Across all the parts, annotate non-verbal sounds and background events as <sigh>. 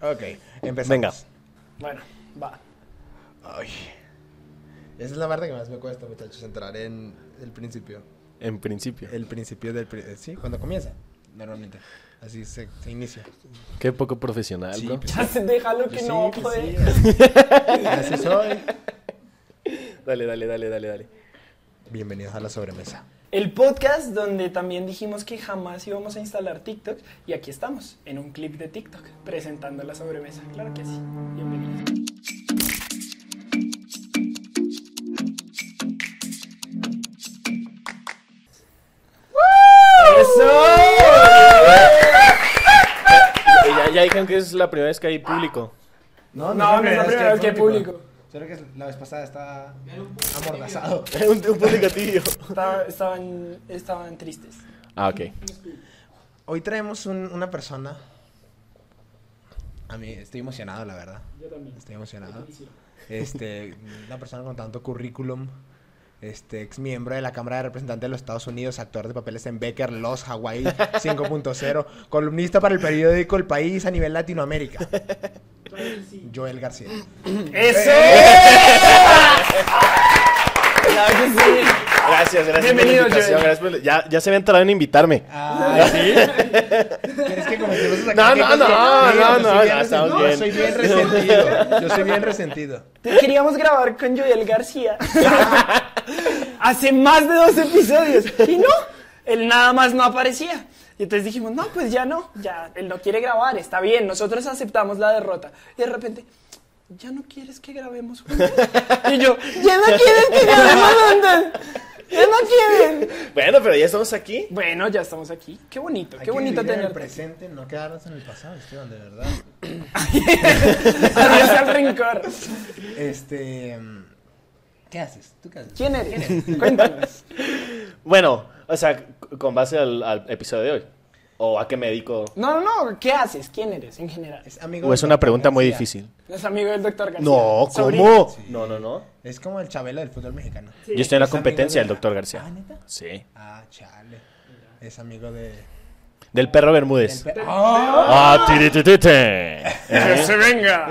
Ok, empezamos. Venga. Bueno, va. Ay. Esa es la parte que más me cuesta, muchachos, entrar en el principio. En principio. El principio del... pri- eh, Sí, cuando comienza, normalmente. Así se, se inicia. Qué poco profesional, Sí, bro. pues, Ya se <laughs> déjalo que Sí, no, pues, joder. sí, así soy. Dale, dale, dale, dale, dale. Bienvenidos a la sobremesa. <laughs> El podcast donde también dijimos que jamás íbamos a instalar TikTok y aquí estamos, en un clip de TikTok, presentando la sobremesa. Claro que sí. Bienvenidos. ¡Eso! Eh, Ya, ya dijeron que es la primera vez que hay público. No, No, no es la primera vez que hay público. Solo que la vez pasada estaba <laughs> amordazado. un, un público tío. Estaba- estaban, estaban tristes. Ah, ok. Hoy traemos un- una persona. A mí estoy emocionado, la verdad. Yo también. Estoy emocionado. Este, una persona con tanto currículum. Este, ex miembro de la Cámara de Representantes de los Estados Unidos, actor de papeles en Becker, Los, Hawaii 5.0, columnista para el periódico El País a nivel Latinoamérica. Joel García. <laughs> ¡Eso! Claro que sí. Gracias, gracias. Bienvenido, por la invitación, Joel. gracias por la- ya, ya se había entrado en invitarme. Ah, ¿sí? ¿Quieres que comencemos a sacar No, no, quejas? no, Sí, no, yo soy bien no, ya resen- estamos pues, no, bien. soy bien resentido. Yo soy bien resentido. Te queríamos grabar con Joel García <laughs> hace más de dos episodios y no, él nada más no aparecía. Y entonces dijimos, no, pues ya no, ya, él no quiere grabar, está bien, nosotros aceptamos la derrota. Y de repente, ¿ya no quieres que grabemos juntos? Y yo, ¿ya no quieres que grabemos juntos? ¿Ya no quieren? Bueno, pero ya estamos aquí. Bueno, ya estamos aquí. Qué bonito, Hay qué que bonito vivir en el tenerte. presente, no quedarnos en el pasado, Esteban, de verdad. Adiós al rencor. Este. mm, ¿Qué haces? ¿Tú qué haces? ¿Quién eres? Cuéntanos. Bueno, o sea, c- con base al, al episodio de hoy. ¿O a qué me dedico? No, no, no, ¿qué haces? ¿Quién eres en general? Es amigo del O es Pues una doctor pregunta muy García. difícil. Es amigo del doctor García. No, Sobrino. ¿cómo? No, no, no. Es como el Chabelo del fútbol mexicano. Yo estoy en la Es amigo competencia de- del doctor Ah, García. ¿neta? Sí. Ah, chale. Es amigo de. Del perro Bermúdez. ¡Ah! Ah, tirititite. ¡Que ¿Eh? se venga!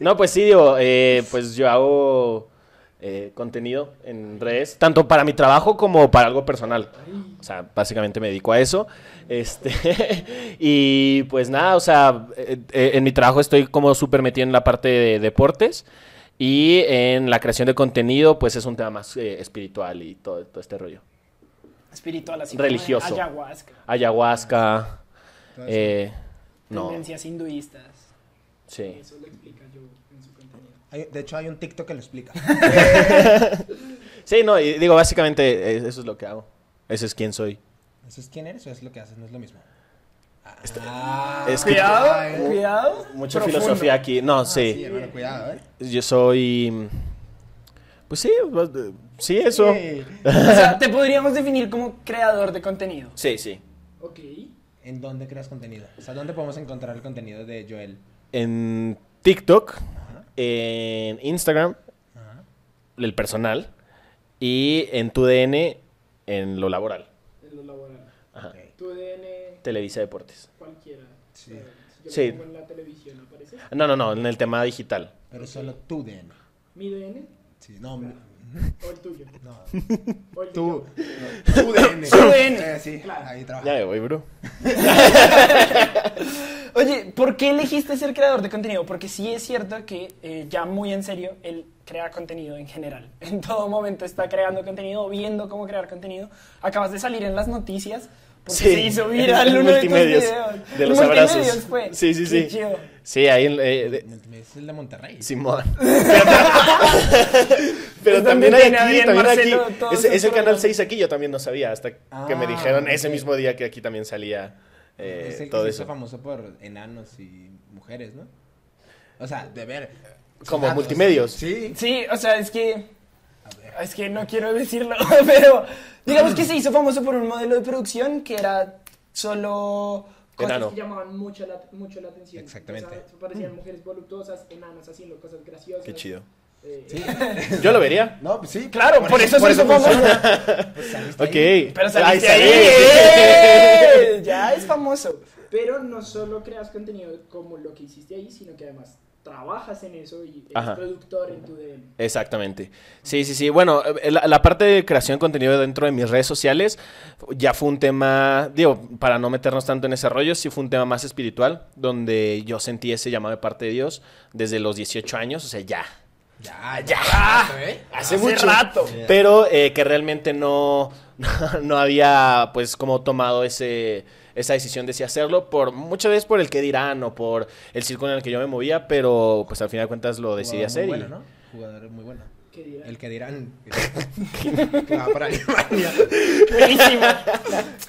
No, pues sí, digo, eh, pues yo hago eh, contenido en redes, tanto para mi trabajo como para algo personal. O sea, básicamente me dedico a eso. Este, <laughs> y pues nada, o sea, eh, eh, en mi trabajo estoy como súper metido en la parte de deportes. Y en la creación de contenido, pues es un tema más eh, espiritual y todo, todo este rollo. Espiritual así. Religioso. como de Ayahuasca. Ayahuasca. Todo eso. eh, no. Tendencias hinduistas. Sí. Hay- de hecho, hay un TikTok que lo explica. Sí, no, y digo, básicamente eh, eso es lo que hago. Eso es quién soy. ¿Eso es quién eres o es lo que haces? No es lo mismo. Este, Ah, Es que- Cuidado, Ay. <laughs> cuidado. Mucha Profundo. filosofía aquí. No, sí. Ah, Sí, hermano, cuidado, ¿eh? Yo soy. Pues sí, pues, eh, sí, eso. Sí. O sea, te podríamos definir como creador de contenido. Sí, sí. Ok. ¿En dónde creas contenido? O sea, ¿dónde podemos encontrar el contenido de Joel? En TikTok, en Instagram, Ajá. el personal, y en tu DN, en lo laboral. En lo laboral. Ajá. Ok. Tu DN, Televisa Deportes. cualquiera. Sí. yo Sí. pongo en la televisión, ¿aparece? No, no, no, en el tema digital. Pero solo tú, DN. ¿Mi DN Sí, no, m- o el tuyo? no. O el Tú. Tú, DN. Su DN. Eh, sí, ahí Ya trabaja. me voy, bro. Oye, ¿por qué elegiste ser creador de contenido? Porque sí es cierto que eh, ya muy en serio, él crea contenido en general. <laughs> En todo momento está creando contenido, viendo cómo crear contenido. Acabas de salir en las noticias porque Sí. se hizo viral uno de tus Multimedios, videos. de los Multimedios abrazos. fue. Sí, sí, Qué sí. chido. Sí, ahí en. eh, de- Me dices el de Monterrey. <laughs> Simón. Pero también hay También tiene aquí, Adrián también Marcelo, aquí. todos Ese, esos ese canal programas. 6 aquí yo también no sabía hasta que me Ah, dijeron ese ok. mismo día que aquí también salía eh, es el que todo se eso. hizo famoso por enanos y mujeres, ¿no? O sea, de ver. Como enanos. multimedios. Sí. Sí, o sea, es que A ver. es que no quiero decirlo, <laughs> pero digamos que se hizo famoso por un modelo de producción que era solo cosas Enano. que llamaban mucho la, mucho la atención. Exactamente. O sea, parecían mujeres voluptuosas, enanas haciendo cosas graciosas. Qué chido. Eh, Sí. Yo lo vería. No, pues sí. Claro, por eso se hizo famoso. Pues saliste Ok. ahí. Pero Ay, <laughs> saliste salí. <laughs> ahí. ¡Eh! Ya es famoso. Pero no solo creas contenido como lo que hiciste ahí, sino que además trabajas en eso y eres Ajá. productor en tu DM. Exactamente. Sí, sí, sí. Bueno, eh, la, la parte de creación de contenido dentro de mis redes sociales ya fue un tema, digo, para no meternos tanto en ese rollo, sí fue un tema más espiritual, donde yo sentí ese llamado de parte de Dios desde los 18 años, o sea, ya. Ya, Ah, ya. Hace, Hace, mucho rato. Pero eh, que realmente no, <laughs> no había, pues, como tomado ese, esa decisión de si hacerlo, por muchas veces por el que dirán o por el círculo en el que yo me movía, pero pues al final de cuentas lo decidí hacer. y- Bueno, ¿no? Jugador muy bueno. Que dirá, El que dirán. <laughs> que va para Alemania. Buenísimo.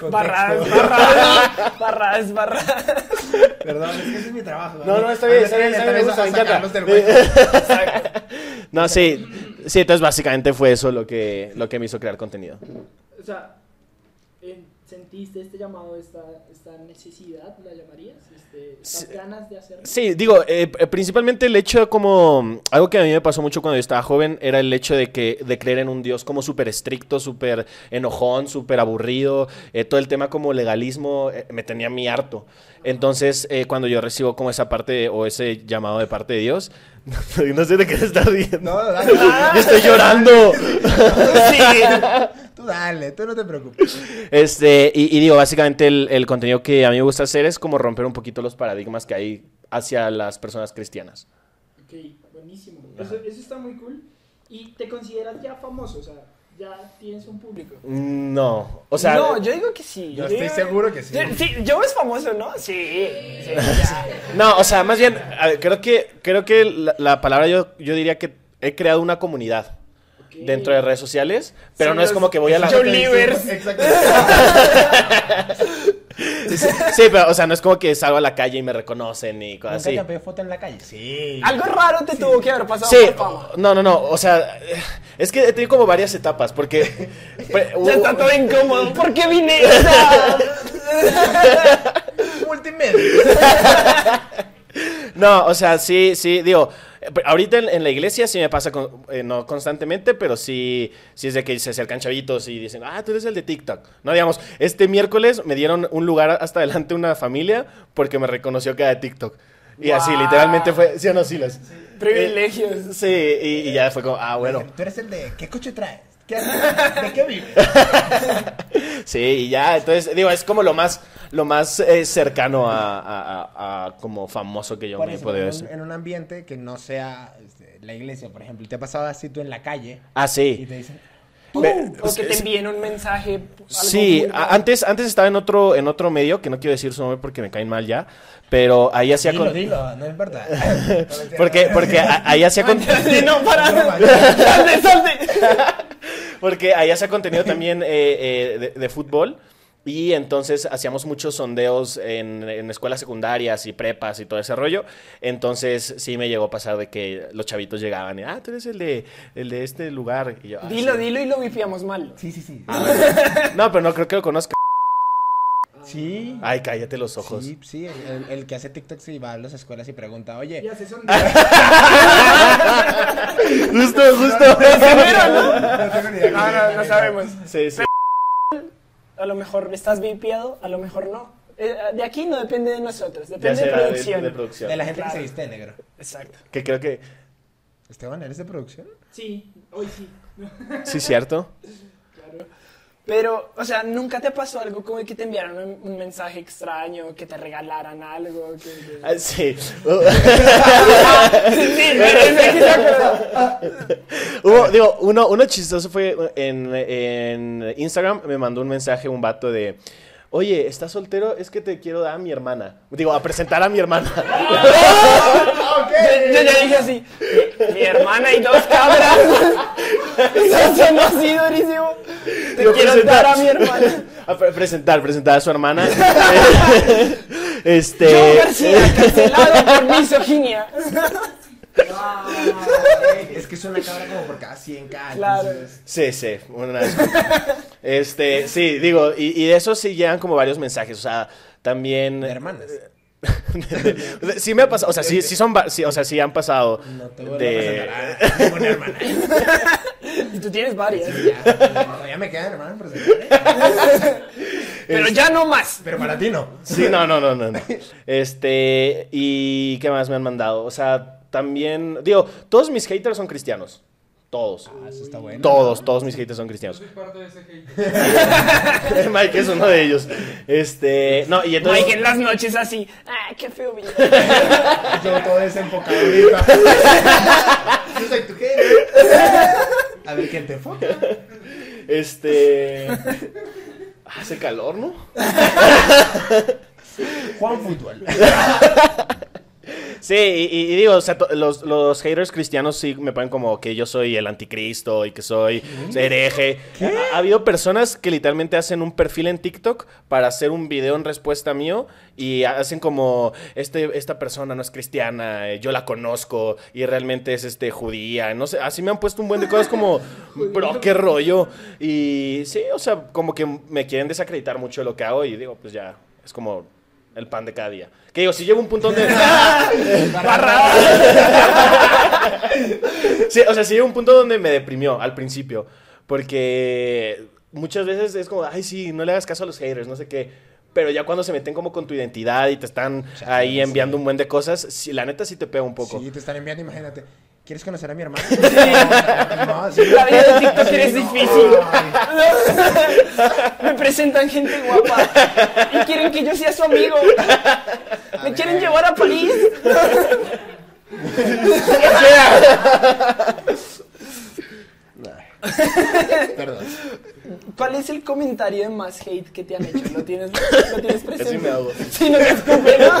Barradas, Contexto. barradas, barradas, barradas. Perdón, es que ese es mi trabajo. No, no, está bien, está bien, está bien, me gusta, me encanta. Sacarlos del <laughs> hueco. No, sí. Sí, entonces básicamente fue eso lo que, lo que me hizo crear contenido. O sea, en- ¿sentiste este llamado, esta, esta necesidad, la llamarías? Este, ¿Estas Sí. ganas de hacerlo? Sí, digo, eh, eh, principalmente el hecho de como... Algo que a mí me pasó mucho cuando yo estaba joven era el hecho de que de creer en un Dios como súper estricto, súper enojón, súper aburrido. eh, todo el tema como legalismo eh, me tenía mi harto. Entonces, eh, cuando yo recibo como esa parte de- o ese llamado de parte de Dios, <laughs> no sé de qué se está riendo. No, dale. Ah. Yo estoy llorando. Tú dale, tú no te preocupes. Este, y, y digo, básicamente el, el contenido que a mí me gusta hacer es como romper un poquito los paradigmas que hay hacia las personas cristianas. Ok, buenísimo. Eso, eso está muy cool. ¿Y te consideras ya famoso? O sea, ya tienes un público. No, o sea, no, yo digo que sí. Yo estoy digo- seguro que sí. Yo- sí, yo es famoso, ¿no? Sí. sí, ya. no, o sea, más bien, a ver, creo que, creo que la, la palabra yo, yo diría que he creado una comunidad Ok. dentro de redes sociales, pero Son no es los como que voy a la... John Livers. Exacto. Sí, pero, o sea, no es como que salgo a la calle y me reconocen y cosas así. foto en la calle? Sí. Algo raro te tuvo que haber pasado Sí, por fama. no, no, no, o sea, es que he tenido como varias etapas, <laughs> porque... Ya está todo incómodo. ¿Por qué vine? O sea, Multimedia. No, o sea, sí, sí, digo, eh, pero ahorita en, en la iglesia sí me pasa, con- eh, no constantemente, pero sí, sí es de que se acercan chavitos y dicen, ah, tú eres el de TikTok. No, digamos, este miércoles me dieron un lugar hasta adelante una familia porque me reconoció que era de TikTok. Y así, Guau. literalmente fue, sí o no, sí, las- eh, privilegios. Sí, y, y ya fue como, ah, bueno. Tú eres el de. ¿Qué coche traes? ¿Qué haces? ¿De qué vives? Sí, y ya, entonces, digo, es como lo más, lo más eh, cercano a, a- a- a como famoso que yo Por me he eso, podido en, decir. un, en un ambiente que no sea este, la iglesia, por ejemplo. Te ha pasado así tú en la calle Ah, sí. y te dicen, Ve- O que te envíen un mensaje. algo Sí, muy a- raro. antes, antes estaba en otro, en otro medio, que no quiero decir su nombre porque me caen mal ya, pero ahí hacía... dilo, con- dilo, no importa. <laughs> Porque, porque a- ahí <laughs> hacía... con- <laughs> Sí, no, para. No, man. <laughs> salte, salte. Porque allá se ha contenido también eh, eh, de, de fútbol. Y entonces hacíamos muchos sondeos en, en escuelas secundarias y prepas y todo ese rollo. Entonces sí me llegó a pasar de que los chavitos llegaban y, ah, tú eres el de, el de este lugar. Y yo, "Ah, Dilo, sí". dilo y lo vipiamos mal. Sí, sí, sí. Ah, No, pero no creo que lo conozca. Sí. Ay, cállate los ojos. Sí, sí, el, el- el que hace TikTok sí va a las escuelas y pregunta, Y oye, <laughs> haces son <laughs> Ah, Justo, <laughs> justo. <laughs> no tengo ni idea. No, no, no sabemos. Sí, sí. A lo mejor estás vipiado, a lo mejor no. Eh, de aquí no depende de nosotros, Ya depende de será de- producción. de producción. De la gente que se Claro. viste de negro. Exacto. Que creo que. Esteban, ¿eres de producción? Sí, hoy sí. <laughs> Sí, cierto. Claro. Pero, o sea, ¿nunca te pasó algo como que te enviaron un, un mensaje extraño, que te regalaran algo? Que, que- <laughs> Ah, sí. <laughs> <laughs> Sí, sí, me- me quise acordar. Hubo- digo, uno, uno chistoso fue en, en Instagram. Me mandó un mensaje un vato de. Oye, ¿estás soltero? Es que te quiero dar a mi hermana. Digo, a presentar a mi hermana. <laughs> Yo yo ya dije así, mi, mi hermana y dos cabras. <laughs> Eso sonó así durísimo. Te Digo, quiero presentar. dar a mi hermana. A pre- presentar, presentar a su hermana. <laughs> este. Yo, García, cancelado <laughs> por misoginia. Es que es una cabra como por cada 100 k Claro. Sí, sí, una disculpa. Este, sí, digo, y, y de eso sí llegan como varios mensajes. O sea, también. De hermanas. <laughs> sí me ha pasado, o sea, sí, sí son, va- sí, o sea, sí han pasado No te voy de... a presentar a ninguna <laughs> hermana. Y tú tienes varias. Ya, ya me quedan hermanas por presentar. ¿eh? Pero ya no más. Pero para ti no. Sí, no, no, no, no, no. Este, ¿y qué más me han mandado? O sea, también, digo, todos mis haters son cristianos. Todos. Ah, eso está bueno. Todos, todos mis haters son Yo cristianos. <laughs> soy parte de ese hate. Mike es uno de ellos. Este, no, y entonces... Mike en las noches así. Ah, qué <laughs> feo, mi niño". Yo todo desenfocado <laughs> ahorita. Yo soy tu jefe. A ver quién te enfoca. Este. Hace calor, ¿no? Juan Fútbol. Sí, y, y- y digo, o sea, to- los, los haters cristianos sí me ponen como que yo soy el anticristo y que soy hereje. Ha, ha habido personas que literalmente hacen un perfil en TikTok para hacer un video en respuesta mío y hacen como, este, esta persona no es cristiana, eh, yo la conozco y realmente es este judía. No sé, así me han puesto un buen de cosas como, bro, qué rollo. Y sí, o sea, como que me quieren desacreditar mucho de lo que hago y digo, pues ya, es como el pan de cada día. Que digo, si llego a un punto donde... Sí, o sea, sí llegó un punto donde me deprimió al principio. Porque muchas veces es como, ay, sí, no le hagas caso a los haters, no sé qué. Pero ya cuando se meten como con tu identidad y te están ahí enviando un buen de cosas, sí, la neta sí te pega un poco. Sí, te están enviando, imagínate. ¿Quieres conocer a mi hermano? No, sí. La vida de TikTok es no. difícil. Me presentan gente guapa y quieren que yo sea su amigo. Me quieren llevar a París. <laughs> Perdón. ¿Cuál es el comentario de más hate que te han hecho? ¿Lo tienes, lo tienes presente? Así me hago. Sí, no te preocupes, ¿no?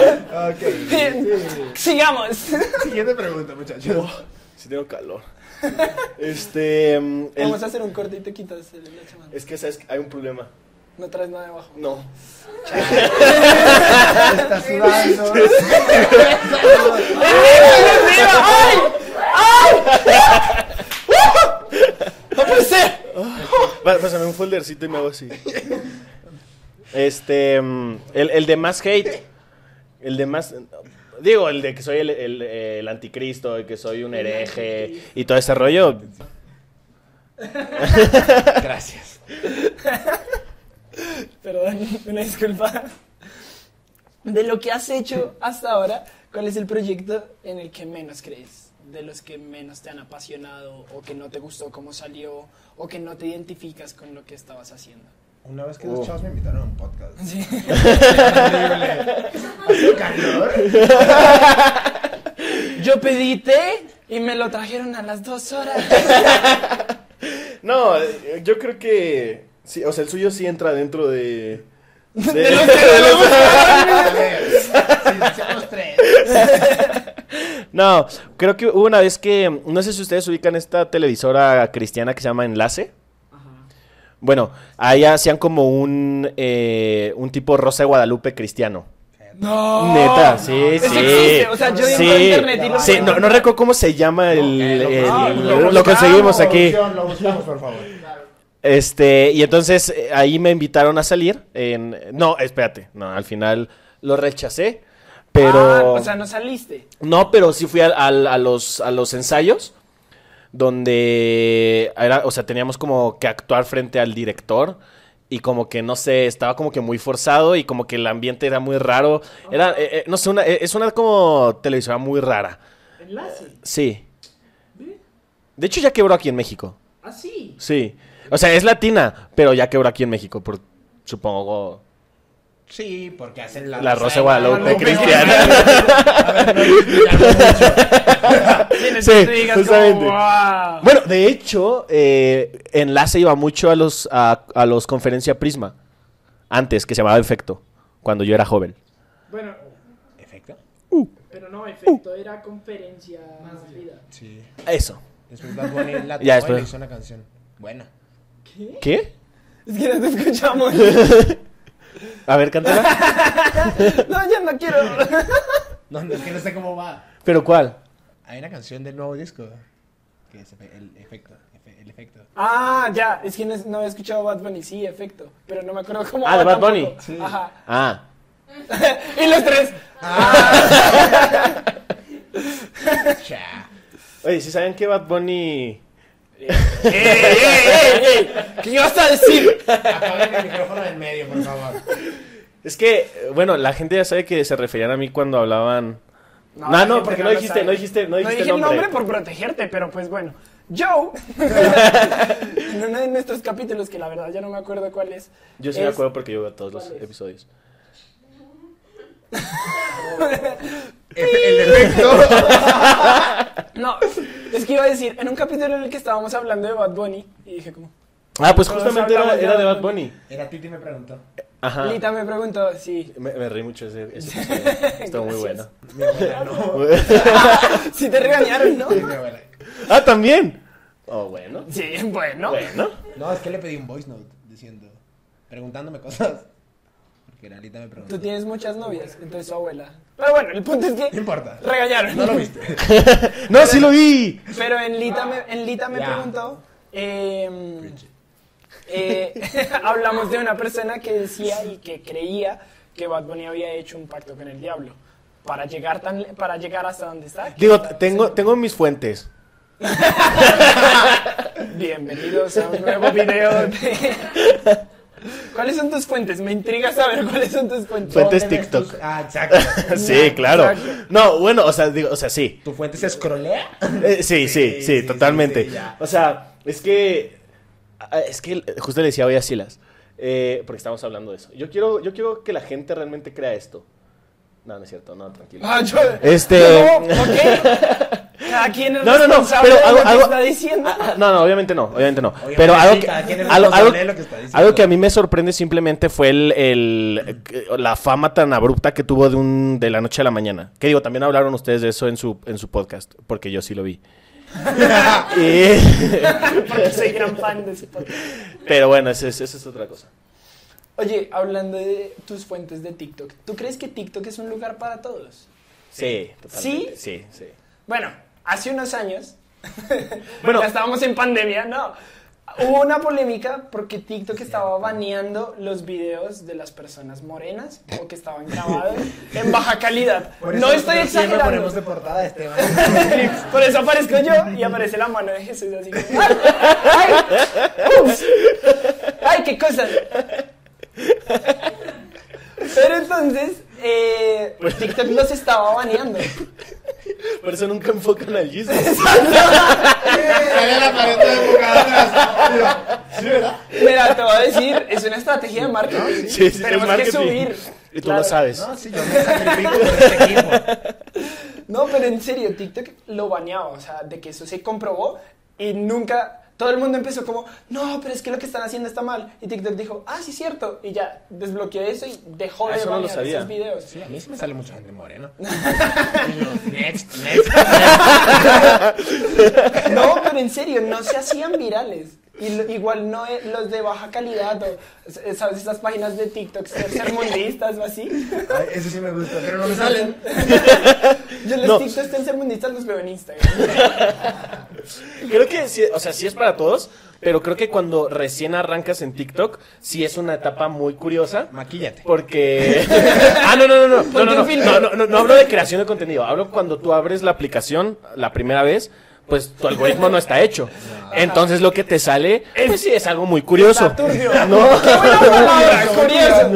Ok. Bien, <laughs> Sigamos. Siguiente pregunta, muchachos. <laughs> Oh. Sí tengo calor. <laughs> Este... mm, el- Vamos a hacer un corte y te quitas el la chamana. Es que, ¿sabes? que Hay un problema. No traes nada abajo. No. Está sudando. ¡Eh, ¡Ay! ¡Ay! <laughs> ¡No puede ser! Pa- Pásame un foldercito y me hago así. Este, mm, el, el de más hate, el de más, digo, el de que soy el, el- el anticristo, el que soy un hereje y todo ese rollo. Gracias. Perdón, una disculpa. De lo que has hecho hasta ahora, ¿cuál es el proyecto en el que menos crees? De los que menos te han apasionado o que no te gustó cómo salió o que no te identificas con lo que estabas haciendo. Una vez que Oh. los chavos me invitaron a un podcast. Sí. Hace calor. Yo pedí té y me lo trajeron a las dos horas. No, eh, yo creo que, sí, o sea, el suyo sí entra dentro <laughs> de... <laughs> de- A ver, si hacemos tres. No, creo que hubo una vez que, no sé si ustedes ubican esta televisora cristiana que se llama Enlace. Bueno, ahí hacían como un, eh, un tipo Rosa de Guadalupe cristiano. Oh, No. Neta, sí, Eso sí. existe, o sea, yo vi sí. por internet y lo- Sí, no, no recuerdo cómo se llama el... el- Ah, lo, buscamos, conseguimos aquí. producción, Lo buscamos, por favor. Este, y entonces eh, ahí me invitaron a salir. en- No, espérate, no, al final lo rechacé. Pero... Ah, o sea, no saliste. No, pero sí fui al- al- a, los, a los ensayos donde era, o sea, teníamos como que actuar frente al director y como que no sé, estaba como que muy forzado y como que el ambiente era muy raro. Era, eh, eh, no sé, una, eh, es una como televisora muy rara. Enlace. Sí. De hecho ya quebró aquí en México. Así. Sí. O sea, es latina, pero ya quebró aquí en México por supongo Sí, porque hacen la, la Rosa de Guadalupe Guadalupe. cristiana. Tienes Sí, que te digas justamente. como, "Wow". Bueno, de hecho, eh, Enlace iba mucho a los a, a los conferencia Prisma. Antes, que se llamaba Efecto, cuando yo era joven. Bueno, ¿Efecto? pero no, efecto era conferencia más vida. Sí. Eso. Después Bad Bunny la Ya, ya, después. después. hizo una canción. Buena. ¿Qué? Es que no te escuchamos. A ver, <laughs> cántala. No, ya no quiero. No, no, es que no sé cómo va. ¿Pero cuál? Hay una canción del nuevo disco. Que es efe- el efecto. efe- El efecto. Ah, ya. Es que no, no había escuchado Bad Bunny. Sí, efecto. Pero no me acuerdo cómo. Ah, va de Bad tampoco. Bunny. Ajá. Ah. Y los tres. Cha. Ah. <laughs> Oye, si saben que Bad Bunny ¡Eh, eh, eh, eh! ¿Qué ibas a decir? Apaga el micrófono en medio, por favor. Es que, eh, bueno, la gente ya sabe que se referían a mí cuando hablaban. No, no, No, la gente porque no no lo dijiste, sabe. no dijiste, no No dijiste dije el nombre nombre. por protegerte, pero pues bueno. <laughs> Joe, en uno de nuestros capítulos, que la verdad ya no me acuerdo cuál es. Yo sí es- me acuerdo porque yo veo todos los ¿Cuál es? episodios. Efe- El efecto. No, es que iba a decir, en un capítulo en el que estábamos hablando de Bad Bunny, y dije como, Ah, pues Todos justamente era, hablamos de era de Bad Bad Bunny. Era Titi me preguntó. Ajá. Lita me preguntó, sí, Me, me reí mucho ese, <laughs> ese episodio. Estuvo muy bueno. Gracias. Mi <laughs> abuela no. sí te <laughs> regañaron, ¿no? Sí, mi abuela. Ah, también. Oh, bueno. Sí, bueno. Bueno. No, es que le pedí un voice note diciendo, preguntándome cosas. Porque Lalita me preguntó. Tú tienes muchas novias, entonces su abuela. Pero bueno, el punto es No que importa. regañaron. No lo viste. No, sí lo vi. Pero en Lita me, en Lita me Ya. preguntó, eh, <laughs> eh, <laughs> hablamos de una persona que decía y que creía que Bad Bunny había hecho un pacto con el diablo para llegar tan le- para llegar hasta donde está. que Digo, está- tengo, tengo <laughs> mis fuentes. Bienvenidos a un nuevo <laughs> video. de- ¿Cuáles son tus fuentes? Me intriga saber cuáles son tus fuentes. Fuentes ¿Dónde ves TikTok. tus- Ah, exacto. Sí, claro. exacto. No, bueno, o sea, digo, o sea, sí. ¿Tu fuente se escrolea? Eh, sí, sí, Sí, sí, sí, totalmente. sí, sí, ya. o sea, es que. ah, Es que justo le decía hoy a Silas. eh, porque estamos hablando de eso. Yo quiero, yo quiero que la gente realmente crea esto. No, no es cierto, no, tranquilo. Ah, yo- Este- yo <laughs> No, ok. Cada quien es No, no, no, responsable pero de algo, lo que algo- está <laughs> diciendo. Ah, ah, no, no, obviamente no, obviamente no. Obviamente pero algo sí, que, cada quien es algo, responsable algo- de lo que está diciendo. algo que a mí me sorprende simplemente fue el, el- la fama tan abrupta que tuvo de, un, de la noche a la mañana. Que digo, también hablaron ustedes de eso en su, en su podcast, porque yo sí lo vi. Y- <laughs> Porque soy gran fan de ese podcast. pero bueno, eso es, eso es otra cosa. Oye, hablando de tus fuentes de TikTok, ¿tú crees que TikTok es un lugar para todos? Sí, totalmente. Sí, sí. Bueno, hace unos años, Bueno. ya estábamos en pandemia, no. Hubo una polémica porque TikTok estaba baneando los videos de las personas morenas o que estaban grabados en baja calidad. ¿Eh? Por no eso estoy nosotros siempre exagerando. ponemos de portada a Esteban. <laughs> Por eso aparezco yo y aparece la mano de Jesús <laughs> así. como, ¡Ay! ¡Ay! ¡Ups! ¡Ay, qué cosa! Pero entonces, eh, TikTok los estaba baneando. Por eso nunca enfocan al Jesus. Sale la pared toda enfocada atrás. Sí, ¿verdad? Mira, te voy a decir, es una estrategia de marketing. Sí, sí, Tenemos es que marketing. subir. Y tú Claro. lo sabes. No, sí, yo me sacrifico por este equipo. No, pero en serio, TikTok lo baneaba, o sea, de que eso se comprobó y nunca... Todo el mundo empezó como, no, pero es que lo que están haciendo está mal. Y TikTok dijo, ah, sí, cierto. Y ya, desbloqueó eso y dejó Ah, de eso no lo banear sabía. esos videos. <laughs> Sí, a mí sí me sale mucha gente morena. <laughs> Next, next. No, pero en serio, no se hacían virales. Y lo- igual no e- los de baja calidad o, s- ¿sabes? Estas páginas de TikTok tercermundistas o así. Ay, Eso sí me gusta, pero no me salen. <laughs> Yo los No. TikToks tercermundistas los veo en Instagram. Creo que, sí, o sea, sí es para todos, pero creo que cuando recién arrancas en TikTok, sí es una etapa muy curiosa. Maquíllate. Porque. <laughs> Ah, no, no, no, no. No, no, no, un filtro. no, no, no, no hablo de creación de contenido. Hablo cuando tú abres la aplicación la primera vez, pues tu algoritmo no está hecho. Entonces lo que te sale, pues sí, es algo muy curioso. Está turbio. No. ¡Qué buena <laughs> palabra! ¡Curioso!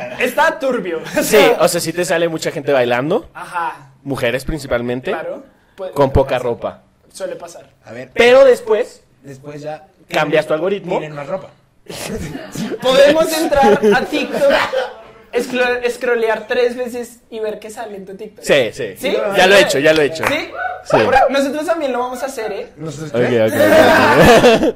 <laughs> Está turbio. Sí, o sea, sí te sale mucha gente bailando, Ajá, mujeres principalmente, claro. Pues- con poca ropa. Suele pasar. A ver, Pero después después ya. cambias tu algoritmo. Tienen más ropa. Podemos entrar a TikTok, escro- scrollear tres veces y ver qué sale en tu TikTok. Sí, sí. ¿Sí? Ya lo he hecho, ya lo he hecho. ¿Sí? Sí. Ahora, nosotros también lo vamos a hacer, ¿eh? Nosotros Ok, qué? ok, ok.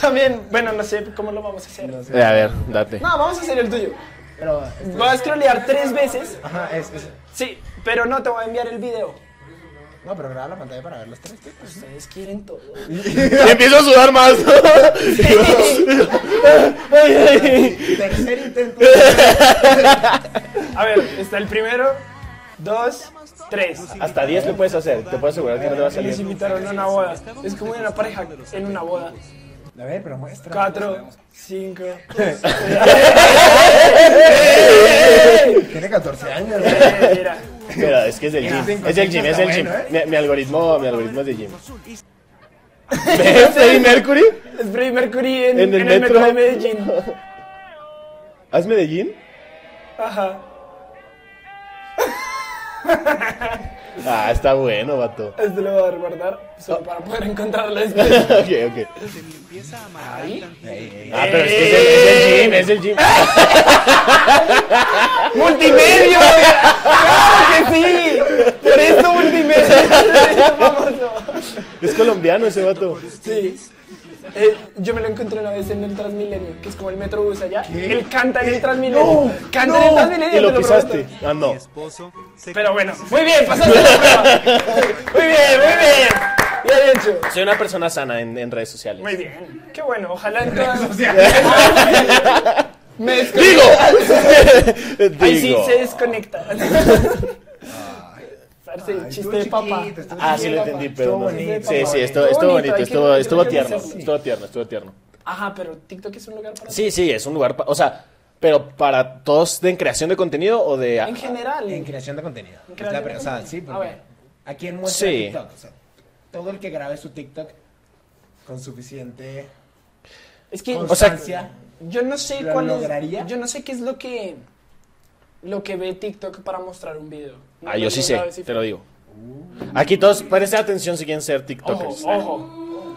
También, bueno, no sé cómo lo vamos a hacer. No, No sé. Eh, A ver, date. vamos a hacer el tuyo. Pero. Voy a scrollear tres veces. Ajá, es, es. Sí, pero no te voy a enviar el video. No, pero graba la pantalla para ver los tres. ¿qué? Pues, Ustedes quieren <laughs> todo. Y empiezo a sudar más. <laughs> Ay, ay. Tercer intento. A ver, está el primero, dos, tres. Hasta 10 le puedes hacer. Te puedo asegurar que no te va a Les salir. invitaron a una boda. Es como una pareja en una boda. A ver, pero muestra. Cuatro, <laughs> cinco. Tiene 14 años. güey. Mira. Pero es que es del gym. Cinco, Es del gym, cinco es del ¿eh? está gym. bueno, Mi, mi algoritmo, mi algoritmo es del gym. ¿Ve? Freddie Mercury? Es Freddie Mercury en, ¿En el en el metro metro? de Medellín. ¿Haz Medellín? Ajá. Ah, está bueno, vato. <laughs> Este lo voy a guardar solo para poder encontrarlo después. ok, ok. Ah, pero es que ¡Eh! es el, es el gym, es el gym. ¡Multimedio! ¡Claro que sí! Por eso <laughs> multimedio. <laughs> Famoso. Es colombiano ese vato. Sí. Eh, yo me lo encontré una vez en el Transmilenio, que es como el Metrobús allá. Él canta en el Transmilenio. canta en el Transmilenio. Eh, Y lo te pisaste. prometo. Ah, no. Pero bueno, muy bien, pasaste la <laughs> prueba. Muy bien, muy bien. Bien hecho. Soy una persona sana en, en redes sociales. <laughs> Muy bien. Qué bueno, ojalá en todas Me desconecto. ¡Digo! Ahí sí Digo. se desconecta. Parce, chiste de papá. Ah, sí lo entendí, pero no. bonito. Sí, sí, esto, Estuvo estuvo bonito, bonito, hay estuvo, que- estuvo hay que tierno, hacerlo. estuvo tierno, estuvo tierno. Ajá, pero TikTok es un lugar para Sí, sí, es un lugar, pa- o sea, pero para todos de en creación de contenido o de... En general. En creación de contenido. Es creación la de pre- o sea, contenido. sí, A porque ver. ¿a quién muestra Sí. TikTok? O sea, todo el que grabe su TikTok con suficiente Es que O sea, constancia. yo no sé ¿lo cuál es- lograría? Yo no sé qué es lo que lo que ve TikTok para mostrar un video. No, Ah, yo no, sí no sé, sabes si te fue- lo digo. Aquí todos, presten atención si quieren ser Ojo, TikTokers. ojo.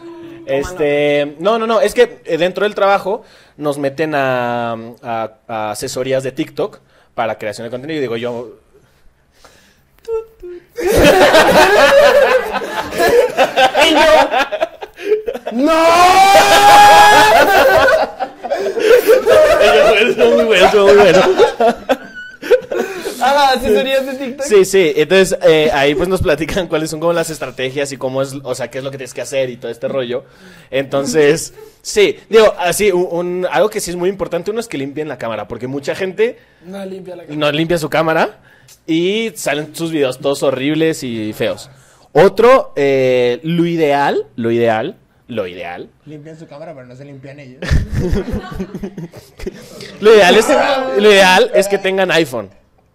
Este, no, no, no, es que eh, dentro del trabajo nos meten a, a- a asesorías de TikTok para creación de contenido y digo yo... ¡No! Estuvo muy bueno, estuvo muy bueno. Ah, asesorías de TikTok. Sí, sí, entonces eh, ahí pues nos platican <laughs> cuáles son como las estrategias y cómo es, o sea, qué es lo que tienes que hacer y todo este rollo. Entonces, sí, digo, así, un, un- algo que sí es muy importante uno es que limpien la cámara, porque mucha gente No limpia la cara. no limpia su cámara y salen sus videos todos horribles y feos. Otro, eh, lo ideal, lo ideal, lo ideal, Limpian su cámara, pero no se limpian <laughs> ellos. lo ideal es, lo ideal es que tengan iPhone.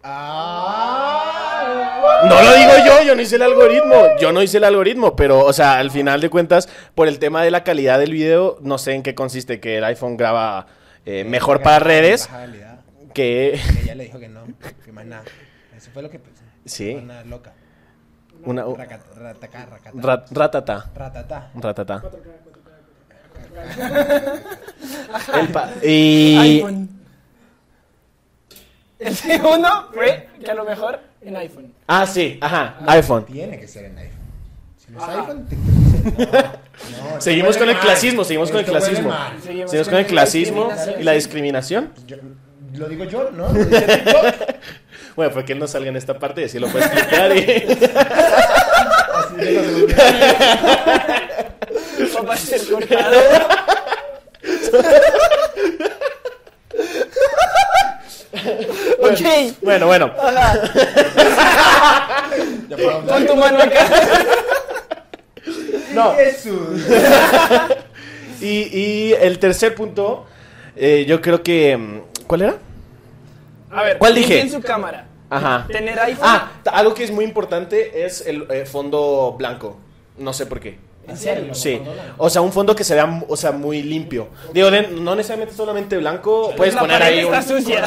¡Ah! No lo digo yo, yo no hice el algoritmo. Yo no hice el algoritmo, pero, o sea, al final de cuentas, por el tema de la calidad del video, no sé en qué consiste que el iPhone graba eh, mejor para redes Baja calidad. que. <laughs> Ella le dijo que no, que más nada. Eso fue lo que pensó. Sí. Una loca. Una. Racata, ratacá, racata. ra- ratata. ratatá. Ratata. El pa- y. iPhone. El segundo fue que a lo mejor en iPhone. Ah, sí, ajá, iPhone. Tiene que ser en iPhone. Si no es Ajá. iPhone, TikTok dice, no, no, Seguimos huele con el mal. clasismo, seguimos con el Esto huele clasismo. mal. Seguimos Seguimos con el clasismo y la discriminación. Yo- lo digo yo, ¿no? <laughs> Lo dice TikTok. Bueno, fue que él no salga en esta parte y así lo puede explicar. y- <laughs> Así digo, según yo. Eso va a ser cortado. ok, Bueno, bueno. Ya puedo hablar. pon tu mano acá. No, Jesús. Y, y el tercer punto, eh, yo creo que. mm, ¿Cuál era? A ver, ¿Cuál dije? En su cámara. Ajá. Tener iPhone. Ah, t- algo que es muy importante es el eh, fondo blanco. No sé por qué. ¿En serio? Sí. O sea, un fondo que se vea mm, o sea, muy limpio. Digo, de- no necesariamente solamente blanco. Puedes la poner pared ahí un. está sucia.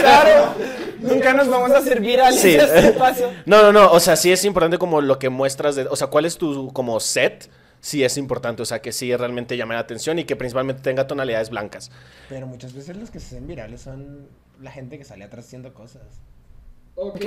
claro. Nunca nos vamos a hacer virales Sí. este paso. No, no, no. O sea, sí es importante como lo que muestras. De, o sea, cuál es tu como set. Sí es importante. O sea, que sí realmente llame la atención y que principalmente tenga tonalidades blancas. Pero muchas veces los que se hacen virales son la gente que sale atrás haciendo cosas. Ok.